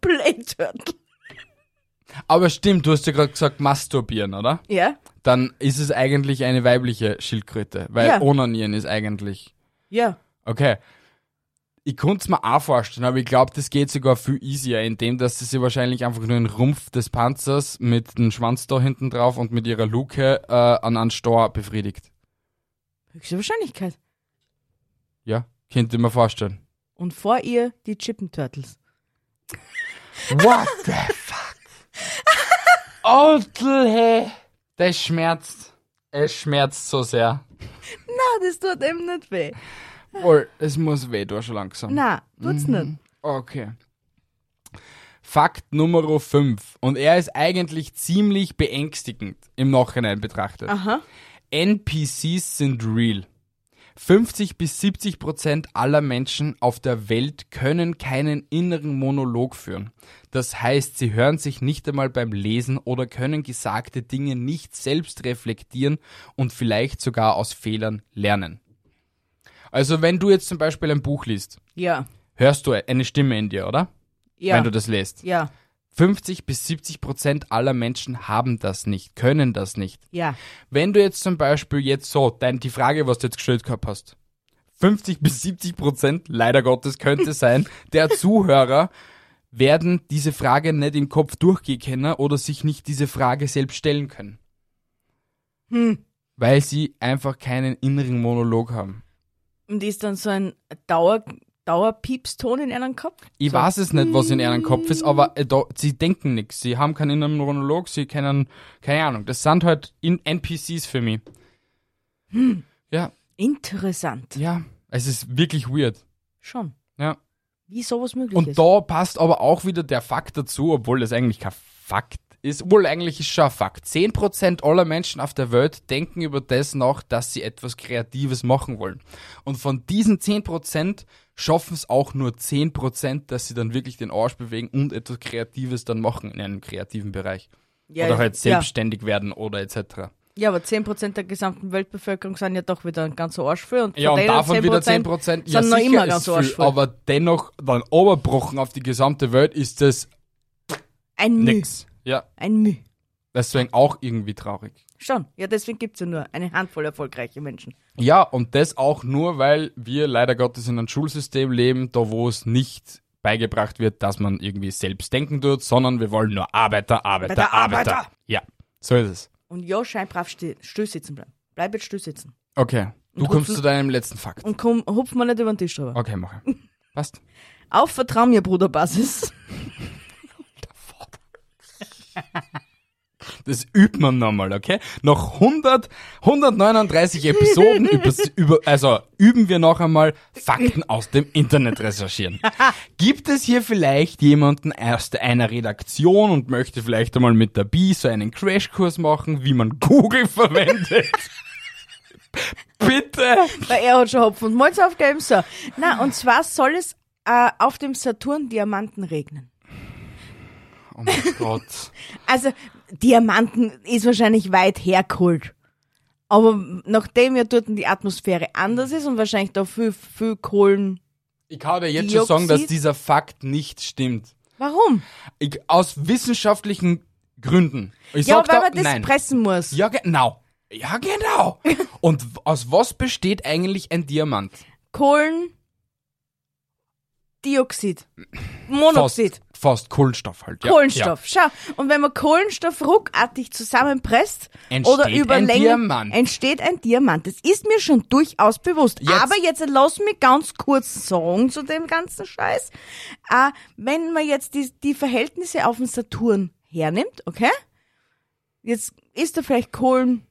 [SPEAKER 2] Play Turtle.
[SPEAKER 1] Aber stimmt, du hast ja gerade gesagt, masturbieren, oder?
[SPEAKER 2] Ja?
[SPEAKER 1] Dann ist es eigentlich eine weibliche Schildkröte, weil
[SPEAKER 2] Ja.
[SPEAKER 1] Onanieren ist eigentlich.
[SPEAKER 2] Ja.
[SPEAKER 1] Okay. Ich konnte es mir auch vorstellen, aber ich glaube, das geht sogar viel easier, indem dass sie sich wahrscheinlich einfach nur den Rumpf des Panzers mit dem Schwanz da hinten drauf und mit ihrer Luke äh, an einen Stor befriedigt.
[SPEAKER 2] Höchste Wahrscheinlichkeit.
[SPEAKER 1] Ja, könnte ich mir vorstellen.
[SPEAKER 2] Und vor ihr die Chippen Turtles.
[SPEAKER 1] What the fuck? Otel, hey. Das schmerzt. Es schmerzt so sehr.
[SPEAKER 2] Na, das tut eben nicht weh.
[SPEAKER 1] Wohl, es muss weh tun, schon langsam.
[SPEAKER 2] Na,
[SPEAKER 1] Mhm.
[SPEAKER 2] tut's nicht.
[SPEAKER 1] Okay. Fakt Nummer 5. Und er ist eigentlich ziemlich beängstigend im Nachhinein betrachtet.
[SPEAKER 2] Aha.
[SPEAKER 1] NPCs sind real. 50 bis 70 Prozent aller Menschen auf der Welt können keinen inneren Monolog führen. Das heißt, sie hören sich nicht einmal beim Lesen oder können gesagte Dinge nicht selbst reflektieren und vielleicht sogar aus Fehlern lernen. Also wenn du jetzt zum Beispiel ein Buch liest,
[SPEAKER 2] Ja.
[SPEAKER 1] hörst du eine Stimme in dir, oder?
[SPEAKER 2] Ja.
[SPEAKER 1] Wenn du das liest.
[SPEAKER 2] ja.
[SPEAKER 1] 50 bis 70 Prozent aller Menschen haben das nicht, können das nicht.
[SPEAKER 2] Ja.
[SPEAKER 1] Wenn du jetzt zum Beispiel jetzt so, dein, die Frage, was du jetzt gestellt gehabt hast, 50 bis 70 Prozent, leider Gottes, könnte sein, der Zuhörer werden diese Frage nicht im Kopf durchgehen können oder sich nicht diese Frage selbst stellen können.
[SPEAKER 2] Hm.
[SPEAKER 1] Weil sie einfach keinen inneren Monolog haben.
[SPEAKER 2] Und ist dann so ein Dauer, Dauerpiepston in einem Kopf?
[SPEAKER 1] Ich
[SPEAKER 2] so.
[SPEAKER 1] weiß es nicht, was in ihrem Kopf ist, aber äh, da, sie denken nichts. Sie haben keinen inneren Monolog, sie kennen, keine Ahnung. Das sind halt in NPCs für mich.
[SPEAKER 2] Hm.
[SPEAKER 1] Ja,
[SPEAKER 2] Interessant.
[SPEAKER 1] ja. Es ist wirklich weird.
[SPEAKER 2] Schon.
[SPEAKER 1] Ja.
[SPEAKER 2] Wie sowas möglich
[SPEAKER 1] Und
[SPEAKER 2] ist.
[SPEAKER 1] da passt aber auch wieder der Fakt dazu, obwohl das eigentlich kein Fakt ist. Obwohl eigentlich ist schon ein Fakt. 10% aller Menschen auf der Welt denken über das nach, dass sie etwas Kreatives machen wollen. Und von diesen 10% schaffen es auch nur 10%, dass sie dann wirklich den Arsch bewegen und etwas Kreatives dann machen in einem kreativen Bereich.
[SPEAKER 2] Ja,
[SPEAKER 1] oder halt
[SPEAKER 2] ja.
[SPEAKER 1] selbstständig werden oder etc.
[SPEAKER 2] Ja, aber 10% der gesamten Weltbevölkerung sind ja doch wieder ein ganzer Arsch für. Und
[SPEAKER 1] Ja, und
[SPEAKER 2] verteilt auf
[SPEAKER 1] davon wieder 10
[SPEAKER 2] sind
[SPEAKER 1] Prozent. Ja,
[SPEAKER 2] noch
[SPEAKER 1] sicher
[SPEAKER 2] immer
[SPEAKER 1] ist
[SPEAKER 2] ganz
[SPEAKER 1] viel,
[SPEAKER 2] Arsch für.
[SPEAKER 1] aber dennoch, dann oberbrochen auf die gesamte Welt ist das
[SPEAKER 2] ein Müh.
[SPEAKER 1] nix. Ja,
[SPEAKER 2] Ein Müh.
[SPEAKER 1] deswegen auch irgendwie traurig.
[SPEAKER 2] Schon. Ja, deswegen gibt's ja nur eine Handvoll erfolgreiche Menschen.
[SPEAKER 1] Ja, und das auch nur, weil wir leider Gottes in einem Schulsystem leben, da wo es nicht beigebracht wird, dass man irgendwie selbst denken tut, sondern wir wollen nur Arbeiter, Arbeiter,
[SPEAKER 2] Arbeiter,
[SPEAKER 1] Arbeiter.
[SPEAKER 2] Arbeiter.
[SPEAKER 1] Ja, so ist es.
[SPEAKER 2] Und ja, schein brav still, still sitzen bleiben. Bleib jetzt still sitzen.
[SPEAKER 1] Okay, du
[SPEAKER 2] Und
[SPEAKER 1] kommst
[SPEAKER 2] hupfen-
[SPEAKER 1] zu deinem letzten Fakt.
[SPEAKER 2] Und komm, hupf mal nicht über den Tisch drüber.
[SPEAKER 1] Okay, mache. Passt.
[SPEAKER 2] Auf Vertrau mir, Bruder Basis.
[SPEAKER 1] Das übt man nochmal, okay? Nach 100, 139 Episoden übers- über, also üben wir noch einmal Fakten aus dem Internet recherchieren. Gibt es hier vielleicht jemanden aus einer Redaktion und möchte vielleicht einmal mit der Bi so einen Crashkurs machen, wie man Google verwendet? Bitte!
[SPEAKER 2] Weil er hat schon Hopfen und Malz aufgegeben. So. Na,
[SPEAKER 1] Ah.
[SPEAKER 2] und zwar soll es äh, auf dem Saturn Diamanten regnen.
[SPEAKER 1] Oh mein Gott.
[SPEAKER 2] Also, Diamanten ist wahrscheinlich weit hergeholt. Aber nachdem ja dort die Atmosphäre anders ist und wahrscheinlich da viel, viel Kohlen.
[SPEAKER 1] Ich kann dir jetzt schon sagen, dass
[SPEAKER 2] Dioxid?
[SPEAKER 1] dieser Fakt nicht stimmt.
[SPEAKER 2] Warum?
[SPEAKER 1] Ich, aus wissenschaftlichen Gründen. Ich
[SPEAKER 2] Ja,
[SPEAKER 1] sag
[SPEAKER 2] weil
[SPEAKER 1] da,
[SPEAKER 2] man das
[SPEAKER 1] nein.
[SPEAKER 2] pressen muss.
[SPEAKER 1] Ja, genau. Ja, genau. Und w- aus was besteht eigentlich ein Diamant?
[SPEAKER 2] Kohlendioxid. Monoxid.
[SPEAKER 1] Fast, fast Kohlenstoff halt. Ja,
[SPEAKER 2] Kohlenstoff. Schau. Und wenn man Kohlenstoff ruckartig zusammenpresst
[SPEAKER 1] Entsteht
[SPEAKER 2] oder über
[SPEAKER 1] ein
[SPEAKER 2] Länge
[SPEAKER 1] Diamant.
[SPEAKER 2] entsteht ein Diamant. Das ist mir schon durchaus bewusst.
[SPEAKER 1] Jetzt-
[SPEAKER 2] Aber jetzt lass mich ganz kurz sagen zu dem ganzen Scheiß. Äh, wenn man jetzt die, die Verhältnisse auf dem Saturn hernimmt, okay? Jetzt ist da vielleicht Kohlenstoff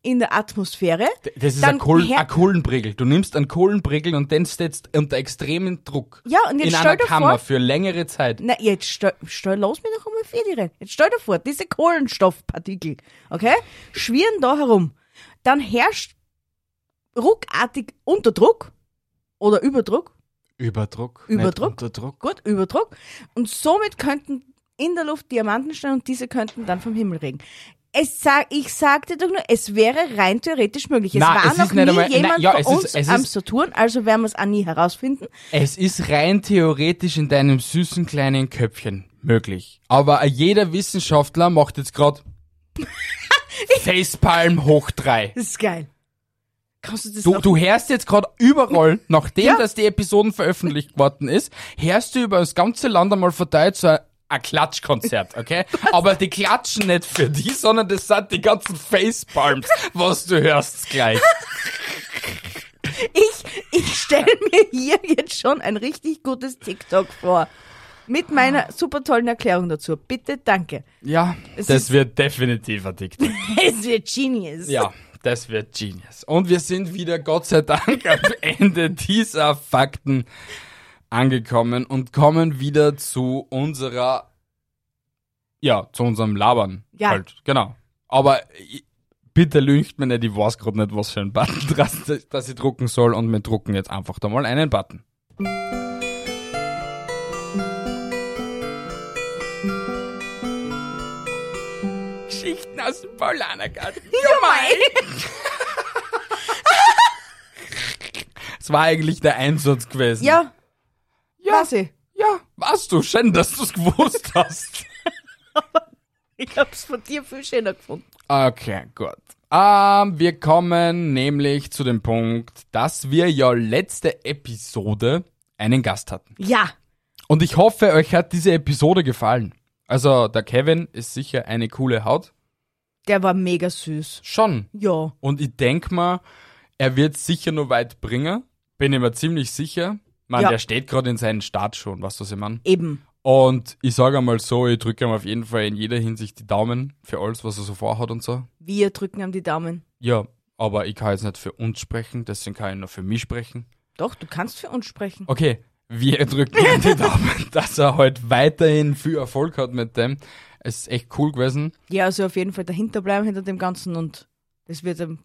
[SPEAKER 2] in der Atmosphäre.
[SPEAKER 1] Ja. D- Das ist
[SPEAKER 2] Dann
[SPEAKER 1] ein, Kohlen,
[SPEAKER 2] her-
[SPEAKER 1] ein Kohlenpregel. Du nimmst einen Kohlenpregel und den setzt unter extremen Druck.
[SPEAKER 2] Ja, und jetzt
[SPEAKER 1] in
[SPEAKER 2] stell
[SPEAKER 1] einer
[SPEAKER 2] dir
[SPEAKER 1] Kammer
[SPEAKER 2] vor-
[SPEAKER 1] für längere Zeit.
[SPEAKER 2] Na, jetzt stell, stell los mir noch einmal vier rein. Jetzt stell dir vor, diese Kohlenstoffpartikel, okay, schwirren da herum. Dann herrscht ruckartig Unterdruck oder Überdruck,
[SPEAKER 1] Überdruck.
[SPEAKER 2] Überdruck?
[SPEAKER 1] Nicht Unterdruck.
[SPEAKER 2] gut, Überdruck. Und somit könnten in der Luft Diamanten stehen und diese könnten dann vom Himmel regen. Es sag, ich sagte doch nur, es wäre rein theoretisch möglich. Es
[SPEAKER 1] Na,
[SPEAKER 2] war
[SPEAKER 1] es ist
[SPEAKER 2] noch
[SPEAKER 1] nicht
[SPEAKER 2] nie
[SPEAKER 1] einmal-
[SPEAKER 2] jemand
[SPEAKER 1] na, ja,
[SPEAKER 2] bei
[SPEAKER 1] es ist-
[SPEAKER 2] uns
[SPEAKER 1] es
[SPEAKER 2] am
[SPEAKER 1] ist-
[SPEAKER 2] Saturn, also werden wir es auch nie herausfinden.
[SPEAKER 1] Es ist rein theoretisch in deinem süßen kleinen Köpfchen möglich. Aber jeder Wissenschaftler macht jetzt gerade Facepalm hoch drei.
[SPEAKER 2] Das ist geil. Kannst du das
[SPEAKER 1] Du,
[SPEAKER 2] noch-
[SPEAKER 1] du hörst jetzt gerade überall, nachdem
[SPEAKER 2] Ja.
[SPEAKER 1] dass die Episoden veröffentlicht worden ist, hörst du über das ganze Land einmal verteilt so ein, ein Klatschkonzert, okay? Aber die klatschen nicht für die, sondern das sind die ganzen Facepalms, was du hörst gleich.
[SPEAKER 2] Ich, ich stelle mir hier jetzt schon ein richtig gutes TikTok vor. Mit meiner super tollen Erklärung dazu. Bitte, danke.
[SPEAKER 1] Ja,
[SPEAKER 2] Es
[SPEAKER 1] das
[SPEAKER 2] ist-
[SPEAKER 1] wird definitiv ein TikTok.
[SPEAKER 2] Es wird genius.
[SPEAKER 1] Ja, das wird genius. Und wir sind wieder, Gott sei Dank, am Ende dieser Fakten angekommen und kommen wieder zu unserer, ja, zu unserem Labern.
[SPEAKER 2] Ja.
[SPEAKER 1] Halt, genau. Aber i- bitte lügt mir nicht, ich weiß gerade nicht, was für einen Button das, das ich drucken soll und wir drucken jetzt einfach da mal einen Button. Geschichten aus dem Paulanergarten. Es war eigentlich der Einsatz gewesen.
[SPEAKER 2] Ja, ja. weiß ich.
[SPEAKER 1] Ja, warst du. Schön, dass du es gewusst hast.
[SPEAKER 2] Ich hab's von dir viel schöner gefunden.
[SPEAKER 1] okay, gut. Ähm, wir kommen nämlich zu dem Punkt, dass wir ja letzte Episode einen Gast hatten.
[SPEAKER 2] Ja,
[SPEAKER 1] Und ich hoffe, euch hat diese Episode gefallen. Also, der Kevin ist sicher eine coole Haut.
[SPEAKER 2] der war mega süß.
[SPEAKER 1] Schon.
[SPEAKER 2] Ja.
[SPEAKER 1] Und ich denk mal, er wird sicher nur weit bringen. Bin ich mir ziemlich sicher. Man,
[SPEAKER 2] Ja.
[SPEAKER 1] der steht gerade in seinen Start schon, weißt du, was ich meine?
[SPEAKER 2] Eben.
[SPEAKER 1] Und ich sage einmal so, ich drücke ihm auf jeden Fall in jeder Hinsicht die Daumen für alles, was er so vorhat und so.
[SPEAKER 2] Wir drücken ihm die Daumen.
[SPEAKER 1] Ja, aber ich kann jetzt nicht für uns sprechen, deswegen kann ich nur für mich sprechen.
[SPEAKER 2] Doch, du kannst für uns sprechen.
[SPEAKER 1] Okay, wir drücken ihm die Daumen, dass er halt weiterhin viel Erfolg hat mit dem. Es ist echt cool gewesen.
[SPEAKER 2] Ja, also auf jeden Fall dahinter bleiben hinter dem Ganzen und es wird ihm,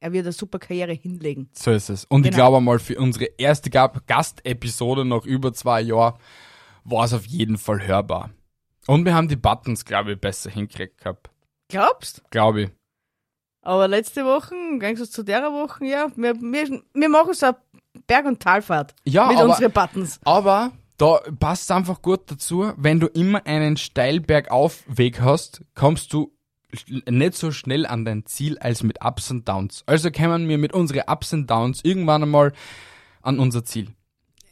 [SPEAKER 2] er wird eine super Karriere hinlegen.
[SPEAKER 1] So ist es. Und ich
[SPEAKER 2] Genau.
[SPEAKER 1] glaube mal, für unsere erste Gab- Gastepisode nach über zwei Jahren war es auf jeden Fall hörbar. Und wir haben die Buttons, glaube ich, besser hingekriegt gehabt.
[SPEAKER 2] Glaubst?
[SPEAKER 1] Glaube ich.
[SPEAKER 2] Aber letzte Woche, im Gegensatz zu derer Woche, ja, wir, wir, wir machen so eine Berg- und Talfahrt
[SPEAKER 1] Ja,
[SPEAKER 2] mit
[SPEAKER 1] aber-
[SPEAKER 2] unseren Buttons.
[SPEAKER 1] Aber da passt einfach gut dazu, wenn du immer einen steil bergauf Weg hast, kommst du schl- nicht so schnell an dein Ziel als mit Ups und Downs. Also kämen wir mit unseren Ups und Downs irgendwann einmal an unser Ziel.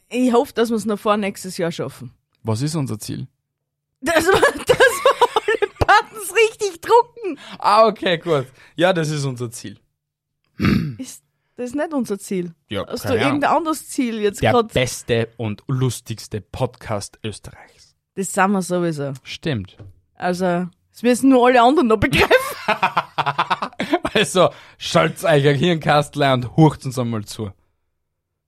[SPEAKER 2] Ich hoffe, dass wir es noch vor nächstes Jahr schaffen.
[SPEAKER 1] Was ist unser Ziel?
[SPEAKER 2] Dass wir, dass wir alle Buttons richtig drucken.
[SPEAKER 1] Ah, okay, gut. Ja, das ist unser Ziel.
[SPEAKER 2] Ist, das ist nicht unser Ziel.
[SPEAKER 1] Ja,
[SPEAKER 2] Hast
[SPEAKER 1] keine
[SPEAKER 2] du
[SPEAKER 1] Ahnung.
[SPEAKER 2] irgendein anderes Ziel jetzt
[SPEAKER 1] Der
[SPEAKER 2] gerade?
[SPEAKER 1] beste und lustigste Podcast Österreichs.
[SPEAKER 2] Das sind wir sowieso.
[SPEAKER 1] Stimmt.
[SPEAKER 2] Also, es müssen nur alle anderen noch begreifen.
[SPEAKER 1] Also, schalt's euch ein Hirnkastler und hurcht uns einmal zu.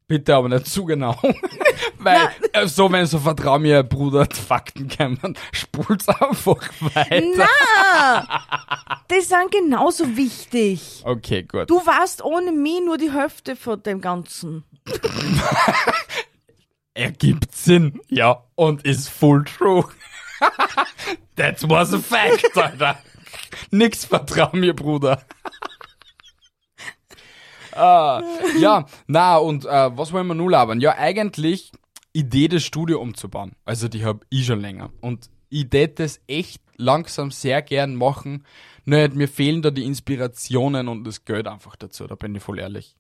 [SPEAKER 1] Bitte aber nicht zu genau. Weil, äh, so, wenn so vertrau mir, Bruder, die Fakten kämen, spult's einfach weiter.
[SPEAKER 2] Na, die sind genauso wichtig.
[SPEAKER 1] Okay, gut.
[SPEAKER 2] Du warst ohne mich nur die Hälfte von dem Ganzen.
[SPEAKER 1] Ergibt Sinn, ja, und ist full true. That was a fact, Alter. Nix vertrau mir, Bruder. Ah, ja, na, und äh, was wollen wir nun labern? Ja, eigentlich Idee, das Studio umzubauen. Also, die hab ich schon länger. Und ich tät das echt langsam sehr gern machen. Nur halt, mir fehlen da die Inspirationen und das Geld einfach dazu, da bin ich voll ehrlich.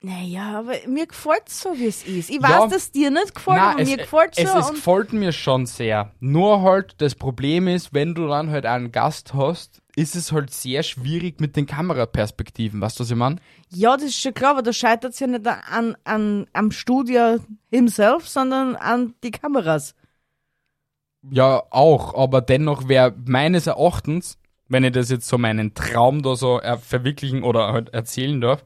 [SPEAKER 2] Naja, aber mir gefällt so, wie es ist. Ich weiß,
[SPEAKER 1] Ja.
[SPEAKER 2] dass dir nicht gefällt,
[SPEAKER 1] Nein,
[SPEAKER 2] aber
[SPEAKER 1] es,
[SPEAKER 2] mir gefällt
[SPEAKER 1] es,
[SPEAKER 2] so.
[SPEAKER 1] es
[SPEAKER 2] und
[SPEAKER 1] gefällt mir schon sehr. Nur halt, das Problem ist, wenn du dann halt einen Gast hast, ist es halt sehr schwierig mit den Kameraperspektiven. Weißt du, was ich meine?
[SPEAKER 2] ja, das ist schon klar, aber da scheitert es ja nicht an, an, am Studio himself, sondern an die Kameras.
[SPEAKER 1] Ja, auch. Aber dennoch wäre meines Erachtens, wenn ich das jetzt so meinen Traum da so äh, verwirklichen oder halt erzählen darf,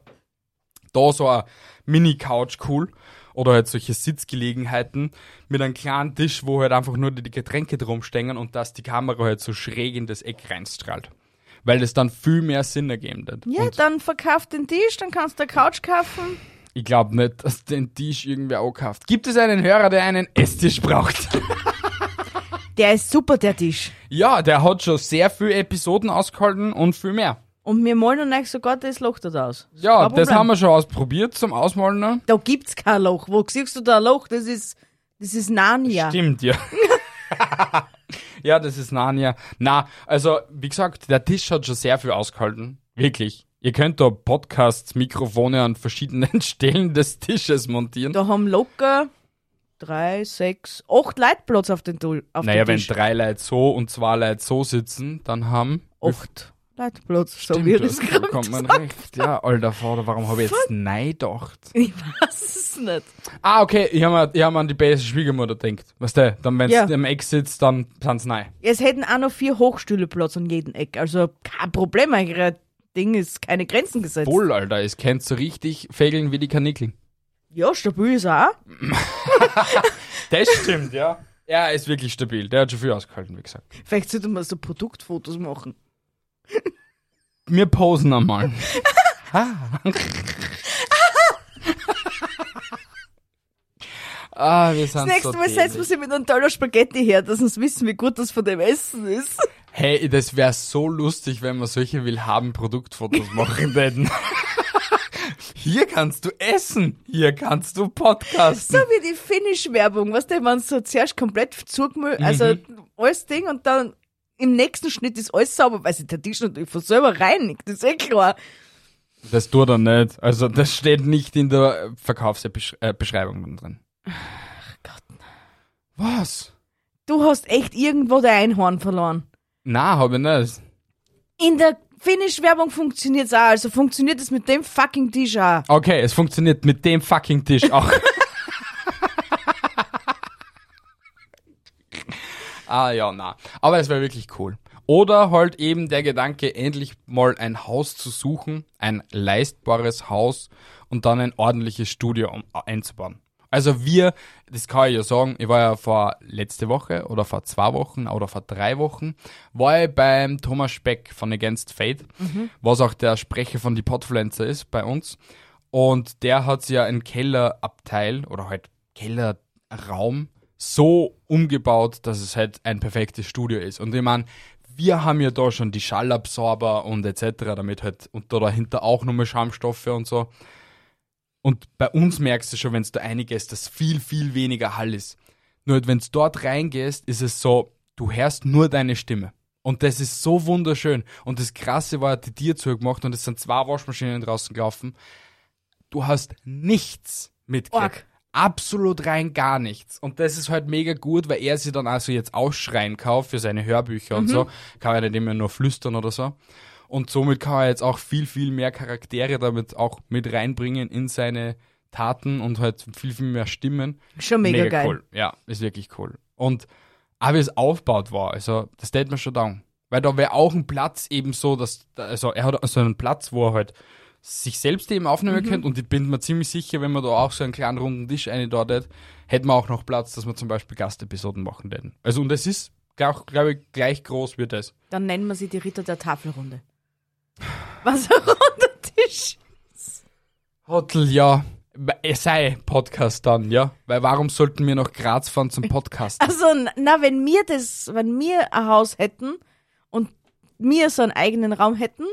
[SPEAKER 1] da so eine Mini-Couch cool oder halt solche Sitzgelegenheiten mit einem kleinen Tisch, wo halt einfach nur die Getränke drum stehen und dass die Kamera halt so schräg in das Eck reinstrahlt. Weil das dann viel mehr Sinn ergeben wird.
[SPEAKER 2] Ja,
[SPEAKER 1] und
[SPEAKER 2] dann verkauf den Tisch, dann kannst du eine Couch kaufen.
[SPEAKER 1] ich glaube nicht, dass den Tisch irgendwer ankauft. Gibt es einen Hörer, der einen Esstisch braucht?
[SPEAKER 2] Der ist super, der Tisch.
[SPEAKER 1] ja, der hat schon sehr viele Episoden ausgehalten und viel mehr.
[SPEAKER 2] Und wir malen euch sogar das Loch dort aus.
[SPEAKER 1] Ja, das
[SPEAKER 2] Kein Problem.
[SPEAKER 1] haben wir schon ausprobiert zum Ausmalen. ne? noch.
[SPEAKER 2] Da gibt's kein Loch. Wo siehst du da ein Loch? Das ist, das ist Narnia.
[SPEAKER 1] Stimmt, ja. ja, das ist Narnia. Na, also, wie gesagt, der Tisch hat schon sehr viel ausgehalten. Wirklich. Ihr könnt da Podcasts, Mikrofone an verschiedenen Stellen des Tisches montieren.
[SPEAKER 2] Da haben locker drei, sechs, acht Leute Platz auf den, Tu- auf
[SPEAKER 1] naja,
[SPEAKER 2] den
[SPEAKER 1] wenn
[SPEAKER 2] Tisch.
[SPEAKER 1] drei Leute so und zwei Leute so sitzen, dann haben.
[SPEAKER 2] acht Leute Platz, so
[SPEAKER 1] Stimmt,
[SPEAKER 2] wie
[SPEAKER 1] du
[SPEAKER 2] das
[SPEAKER 1] hast-
[SPEAKER 2] gerade
[SPEAKER 1] kommt man
[SPEAKER 2] gesagt.
[SPEAKER 1] recht. Ja, alter Vater, warum habe ich jetzt Nein gedacht?
[SPEAKER 2] Ich weiß es nicht.
[SPEAKER 1] Ah, okay, ich habe mir, ich hab mir an die beste Schwiegermutter gedacht. Weißt du, dann, wenn
[SPEAKER 2] Ja.
[SPEAKER 1] im Eck sitzt, dann sind's Nein.
[SPEAKER 2] Es hätten auch noch vier Hochstühle Platz an jedem Eck. Also kein Problem, eigentlich. Ding ist keine Grenzen gesetzt.
[SPEAKER 1] Bull, Alter, es kennt so richtig Fägeln wie die Kanickeln.
[SPEAKER 2] Ja, stabil ist er auch.
[SPEAKER 1] Das stimmt, ja. Ja, ist wirklich stabil. Der hat schon viel ausgehalten, wie gesagt.
[SPEAKER 2] Vielleicht sollte man so Produktfotos machen.
[SPEAKER 1] Wir posen einmal. ah, wir sind
[SPEAKER 2] Das nächste
[SPEAKER 1] so
[SPEAKER 2] Mal setzen wir
[SPEAKER 1] dämlich.
[SPEAKER 2] sie mit einem Teller Spaghetti her, dass uns wissen, wie gut das von dem Essen ist.
[SPEAKER 1] Hey, das wäre so lustig, wenn wir solche Willhaben-Produktfotos machen würden. Hier kannst du essen, hier kannst du
[SPEAKER 2] So
[SPEAKER 1] podcasten.
[SPEAKER 2] wie die Finish-Werbung, weißt du, wenn so zuerst komplett zugemüllt, also alles Ding und dann im nächsten Schnitt ist alles sauber, weil sich der Tisch natürlich von selber reinigt, ist eh klar.
[SPEAKER 1] Das tut er nicht. Also das steht nicht in der Verkaufsbeschreibung drin.
[SPEAKER 2] Gott.
[SPEAKER 1] Was?
[SPEAKER 2] Du hast echt irgendwo dein Einhorn verloren.
[SPEAKER 1] Na, habe ich nicht.
[SPEAKER 2] In der Finish-Werbung funktioniert's auch, also funktioniert es mit dem fucking Tisch auch.
[SPEAKER 1] Okay, es funktioniert mit dem fucking Tisch auch. ah ja, na. Aber es wäre wirklich cool. Oder halt eben der Gedanke, endlich mal ein Haus zu suchen, ein leistbares Haus und dann ein ordentliches Studio um, einzubauen. Also wir, das kann ich ja sagen, ich war ja vor letzte Woche oder vor zwei Wochen oder vor drei Wochen, war ich beim Thomas Speck von Against Fate, was auch der Sprecher von Die Podfluencer ist bei uns. Und der hat sich ja einen Kellerabteil oder halt Kellerraum so umgebaut, dass es halt ein perfektes Studio ist. Und ich meine, wir haben ja da schon die Schallabsorber und etc., damit halt und da dahinter auch nochmal Schaumstoffe und so. Und bei uns merkst du schon, wenn du da reingehst, dass viel, viel weniger Hall ist. Nur wenn du dort reingehst, ist es so, du hörst nur deine Stimme. Und das ist so wunderschön. Und das Krasse war, die dir zugemacht und es sind zwei Waschmaschinen draußen gelaufen. Du hast nichts mitgekriegt.
[SPEAKER 2] Org.
[SPEAKER 1] Absolut rein gar nichts. Und das ist halt mega gut, weil er sie dann also jetzt ausschreien kann für seine Hörbücher und so. Kann er nicht immer nur flüstern oder so. Und somit kann er jetzt auch viel, viel mehr Charaktere damit auch mit reinbringen in seine Taten und halt viel, viel mehr Stimmen.
[SPEAKER 2] Schon mega, geil.
[SPEAKER 1] cool. Ja, ist wirklich cool. Und auch wie es aufgebaut war, also das steht mir schon down. Weil da wäre auch ein Platz eben so, dass, also er hat so einen Platz, wo er halt sich selbst eben
[SPEAKER 2] Mhm.
[SPEAKER 1] aufnehmen könnte und ich bin mir ziemlich sicher, wenn man da auch so einen kleinen runden Tisch eindeutet, hätten wir auch noch Platz, dass wir zum Beispiel Gastepisoden machen würden. Also und es ist, glaube glaub ich, gleich groß wie das.
[SPEAKER 2] Dann nennen wir sie die Ritter der Tafelrunde. Was ein runder Tisch.
[SPEAKER 1] Hotel, ja. Es sei Podcast dann, ja. Weil warum sollten wir nach Graz fahren zum Podcast?
[SPEAKER 2] Also, n- na, wenn wir das, wenn wir ein Haus hätten und wir so einen eigenen Raum hätten,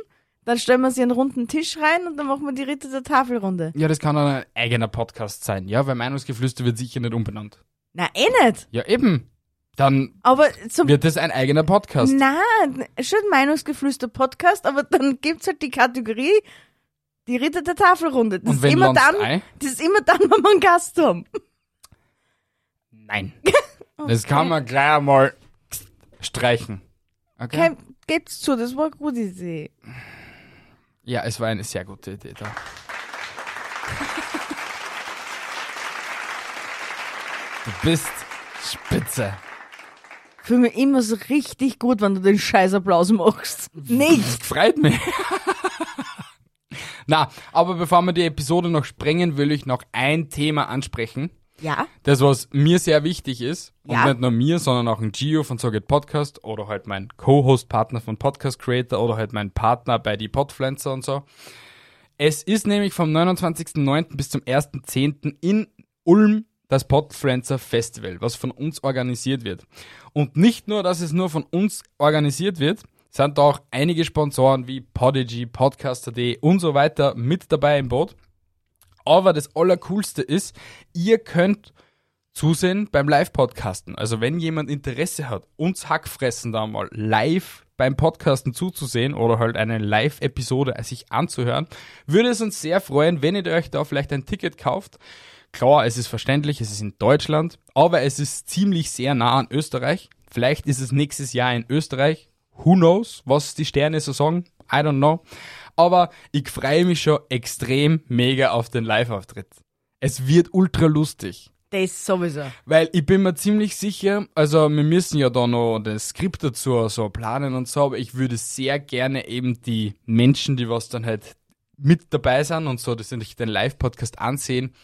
[SPEAKER 2] dann stellen wir sie einen runden Tisch rein und dann machen wir die Ritter der Tafelrunde.
[SPEAKER 1] Ja, das kann dann ein eigener Podcast sein, ja, weil Meinungsgeflüster wird sicher nicht umbenannt.
[SPEAKER 2] Na, eh nicht.
[SPEAKER 1] Ja, eben. Dann
[SPEAKER 2] Aber zum
[SPEAKER 1] wird das ein eigener Podcast.
[SPEAKER 2] Na, schon Meinungsgeflüster Podcast, aber dann gibt's halt die Kategorie die Ritter der Tafelrunde. Das
[SPEAKER 1] Und
[SPEAKER 2] ist
[SPEAKER 1] wenn
[SPEAKER 2] immer
[SPEAKER 1] Lanz
[SPEAKER 2] dann,
[SPEAKER 1] ei?
[SPEAKER 2] das ist immer dann, wenn wir einen Gast haben.
[SPEAKER 1] Nein. Das kann man gleich einmal streichen. Okay?
[SPEAKER 2] Kein, gebt's zu, das war eine gute Idee.
[SPEAKER 1] Ja, es war eine sehr gute Idee da. Du bist spitze.
[SPEAKER 2] Fühl mich immer so richtig gut, wenn du den Scheißapplaus machst. Nicht!
[SPEAKER 1] Freut mich. Na, aber bevor wir die Episode noch sprengen, will ich noch ein Thema ansprechen.
[SPEAKER 2] Ja?
[SPEAKER 1] das, was mir sehr wichtig ist,
[SPEAKER 2] Ja.
[SPEAKER 1] und nicht nur mir, sondern auch ein Gio von Soget Podcast oder halt mein Co-Host-Partner von Podcast Creator oder halt mein Partner bei die Podpflanzer und so. Es ist nämlich vom 29.09. bis zum 1.10. in Ulm das Podpflanzer Festival, was von uns organisiert wird. Und nicht nur, dass es nur von uns organisiert wird, sind da auch einige Sponsoren wie Podigy, Podcaster.de und so weiter mit dabei im Boot. Aber das Allercoolste ist, ihr könnt zusehen beim Live-Podcasten. Also wenn jemand Interesse hat, uns Hackfressen da mal live beim Podcasten zuzusehen oder halt eine Live-Episode sich anzuhören, würde es uns sehr freuen, wenn ihr euch da vielleicht ein Ticket kauft. Klar, es ist verständlich, es ist in Deutschland, aber es ist ziemlich sehr nah an Österreich. Vielleicht ist es nächstes Jahr in Österreich. Who knows, was die Sterne so sagen? I don't know. Aber ich freue mich schon extrem mega auf den Live-Auftritt. Es wird ultra lustig.
[SPEAKER 2] Das sowieso.
[SPEAKER 1] Weil ich bin mir ziemlich sicher, also wir müssen ja da noch das Skript dazu so planen und so, aber ich würde sehr gerne eben die Menschen, die was dann halt mit dabei sind und so, das sich den Live-Podcast ansehen,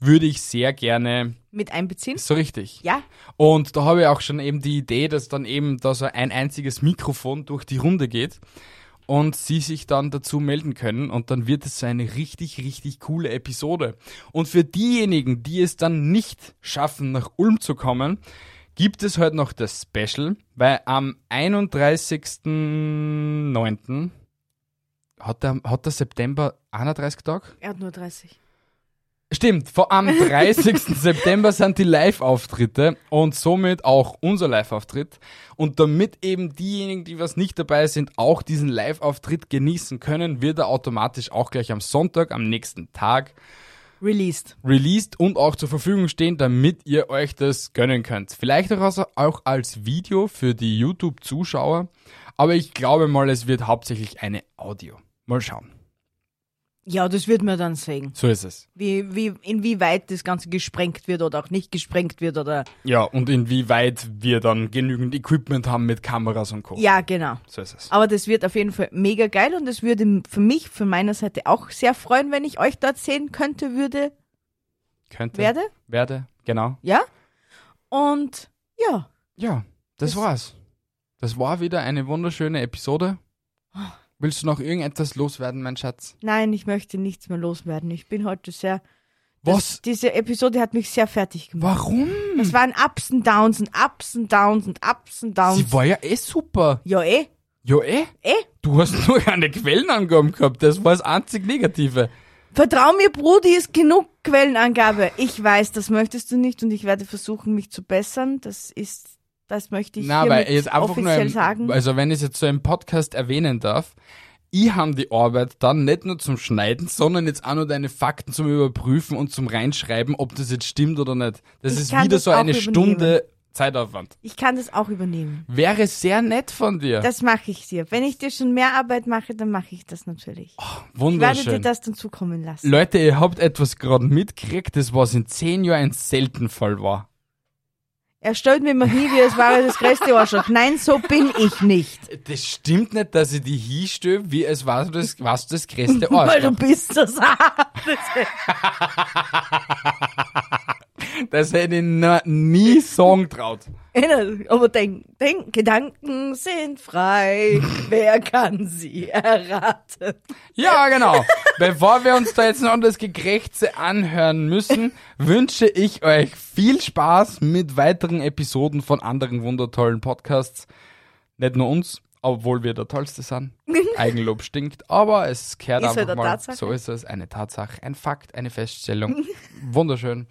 [SPEAKER 1] würde ich sehr gerne
[SPEAKER 2] Mit einbeziehen?
[SPEAKER 1] so richtig.
[SPEAKER 2] Ja?
[SPEAKER 1] Und da habe ich auch schon eben die Idee, dass dann eben da so ein einziges Mikrofon durch die Runde geht und sie sich dann dazu melden können und dann wird es so eine richtig, richtig coole Episode. Und für diejenigen, die es dann nicht schaffen, nach Ulm zu kommen, gibt es heute noch das Special, weil am 31.09. Hat der, hat der September 31 Tage?
[SPEAKER 2] Er hat nur 30.
[SPEAKER 1] Stimmt, vor am 30. September sind die Live-Auftritte und somit auch unser Live-Auftritt. Und damit eben diejenigen, die was nicht dabei sind, auch diesen Live-Auftritt genießen können, wird er automatisch auch gleich am Sonntag, am nächsten Tag,
[SPEAKER 2] Released.
[SPEAKER 1] released und auch zur Verfügung stehen, damit ihr euch das gönnen könnt. Vielleicht auch, also auch als Video für die YouTube-Zuschauer, aber ich glaube mal, es wird hauptsächlich eine Audio. Mal schauen.
[SPEAKER 2] Ja, das wird man dann sehen.
[SPEAKER 1] So ist es.
[SPEAKER 2] Wie, wie, inwieweit das Ganze gesprengt wird oder auch nicht gesprengt wird oder.
[SPEAKER 1] Ja, und inwieweit wir dann genügend Equipment haben mit Kameras und Co.
[SPEAKER 2] Ja, genau.
[SPEAKER 1] So ist es.
[SPEAKER 2] Aber das wird auf jeden Fall mega geil und es würde für mich, von meiner Seite auch sehr freuen, wenn ich euch dort sehen könnte, würde,
[SPEAKER 1] Könnte.
[SPEAKER 2] werde.
[SPEAKER 1] Werde, genau.
[SPEAKER 2] Ja? Und ja,
[SPEAKER 1] Ja, das,
[SPEAKER 2] Das-
[SPEAKER 1] war's. Das war wieder eine wunderschöne Episode.
[SPEAKER 2] Ah.
[SPEAKER 1] Willst du noch irgendetwas loswerden, mein Schatz?
[SPEAKER 2] nein, ich möchte nichts mehr loswerden. Ich bin heute sehr
[SPEAKER 1] Was?
[SPEAKER 2] Diese Episode hat mich sehr fertig gemacht.
[SPEAKER 1] Warum?
[SPEAKER 2] Es waren Ups und Downs und Ups und Downs und Ups und Downs.
[SPEAKER 1] Sie war ja eh super.
[SPEAKER 2] ja, eh,
[SPEAKER 1] Ja, eh.
[SPEAKER 2] eh.
[SPEAKER 1] Du hast nur keine Quellenangaben gehabt. Das war das einzig Negative.
[SPEAKER 2] Vertrau mir, Brudi, ist genug Quellenangabe. Ich weiß, das möchtest du nicht und ich werde versuchen, mich zu bessern. Das ist, das möchte ich
[SPEAKER 1] Na,
[SPEAKER 2] hiermit
[SPEAKER 1] weil jetzt einfach nur,
[SPEAKER 2] offiziell
[SPEAKER 1] im,
[SPEAKER 2] sagen.
[SPEAKER 1] also wenn ich es jetzt so im Podcast erwähnen darf, ich habe die Arbeit dann nicht nur zum Schneiden, sondern jetzt auch noch deine Fakten zum Überprüfen und zum Reinschreiben, ob das jetzt stimmt oder nicht. Das
[SPEAKER 2] Ich
[SPEAKER 1] ist
[SPEAKER 2] kann
[SPEAKER 1] wieder
[SPEAKER 2] das
[SPEAKER 1] so
[SPEAKER 2] auch
[SPEAKER 1] eine
[SPEAKER 2] übernehmen.
[SPEAKER 1] Stunde Zeitaufwand.
[SPEAKER 2] Ich kann das auch übernehmen.
[SPEAKER 1] Wäre sehr nett von dir.
[SPEAKER 2] Das mache ich dir. Wenn ich dir schon mehr Arbeit mache, dann mache ich das natürlich. ich werde dir
[SPEAKER 1] Wunderschön.
[SPEAKER 2] das dann zukommen lassen.
[SPEAKER 1] Leute, ihr habt etwas gerade mitgekriegt, das was in zehn Jahren ein Seltenfall war.
[SPEAKER 2] er stellt mir immer hin, wie es war das größte Arschloch. Nein, so bin ich nicht.
[SPEAKER 1] Das stimmt nicht, dass ich die hinstöbe, wie es war das, was das größte
[SPEAKER 2] Weil du
[SPEAKER 1] Arschloch.
[SPEAKER 2] bist das.
[SPEAKER 1] Das hätte ich na- nie sagen traut.
[SPEAKER 2] Aber denk, denk, Gedanken sind frei. Wer kann sie erraten?
[SPEAKER 1] Ja, genau. Bevor wir uns da jetzt noch das Gekrächze anhören müssen, wünsche ich euch viel Spaß mit weiteren Episoden von anderen wundertollen Podcasts. Nicht nur uns, obwohl wir der Tollste sind. Eigenlob stinkt, aber es kehrt
[SPEAKER 2] Ist
[SPEAKER 1] einfach
[SPEAKER 2] halt eine
[SPEAKER 1] mal.
[SPEAKER 2] Tatsache.
[SPEAKER 1] So ist es, eine Tatsache, ein Fakt, eine Feststellung. Wunderschön.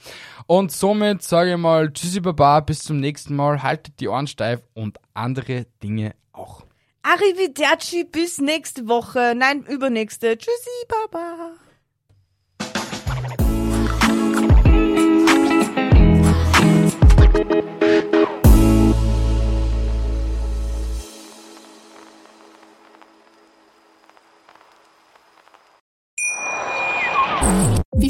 [SPEAKER 1] Und somit sage ich mal Tschüssi Baba, bis zum nächsten Mal. Haltet die Ohren steif und andere Dinge auch.
[SPEAKER 2] Arrivederci, bis nächste Woche. Nein, übernächste. Tschüssi, Baba.
[SPEAKER 4] Wie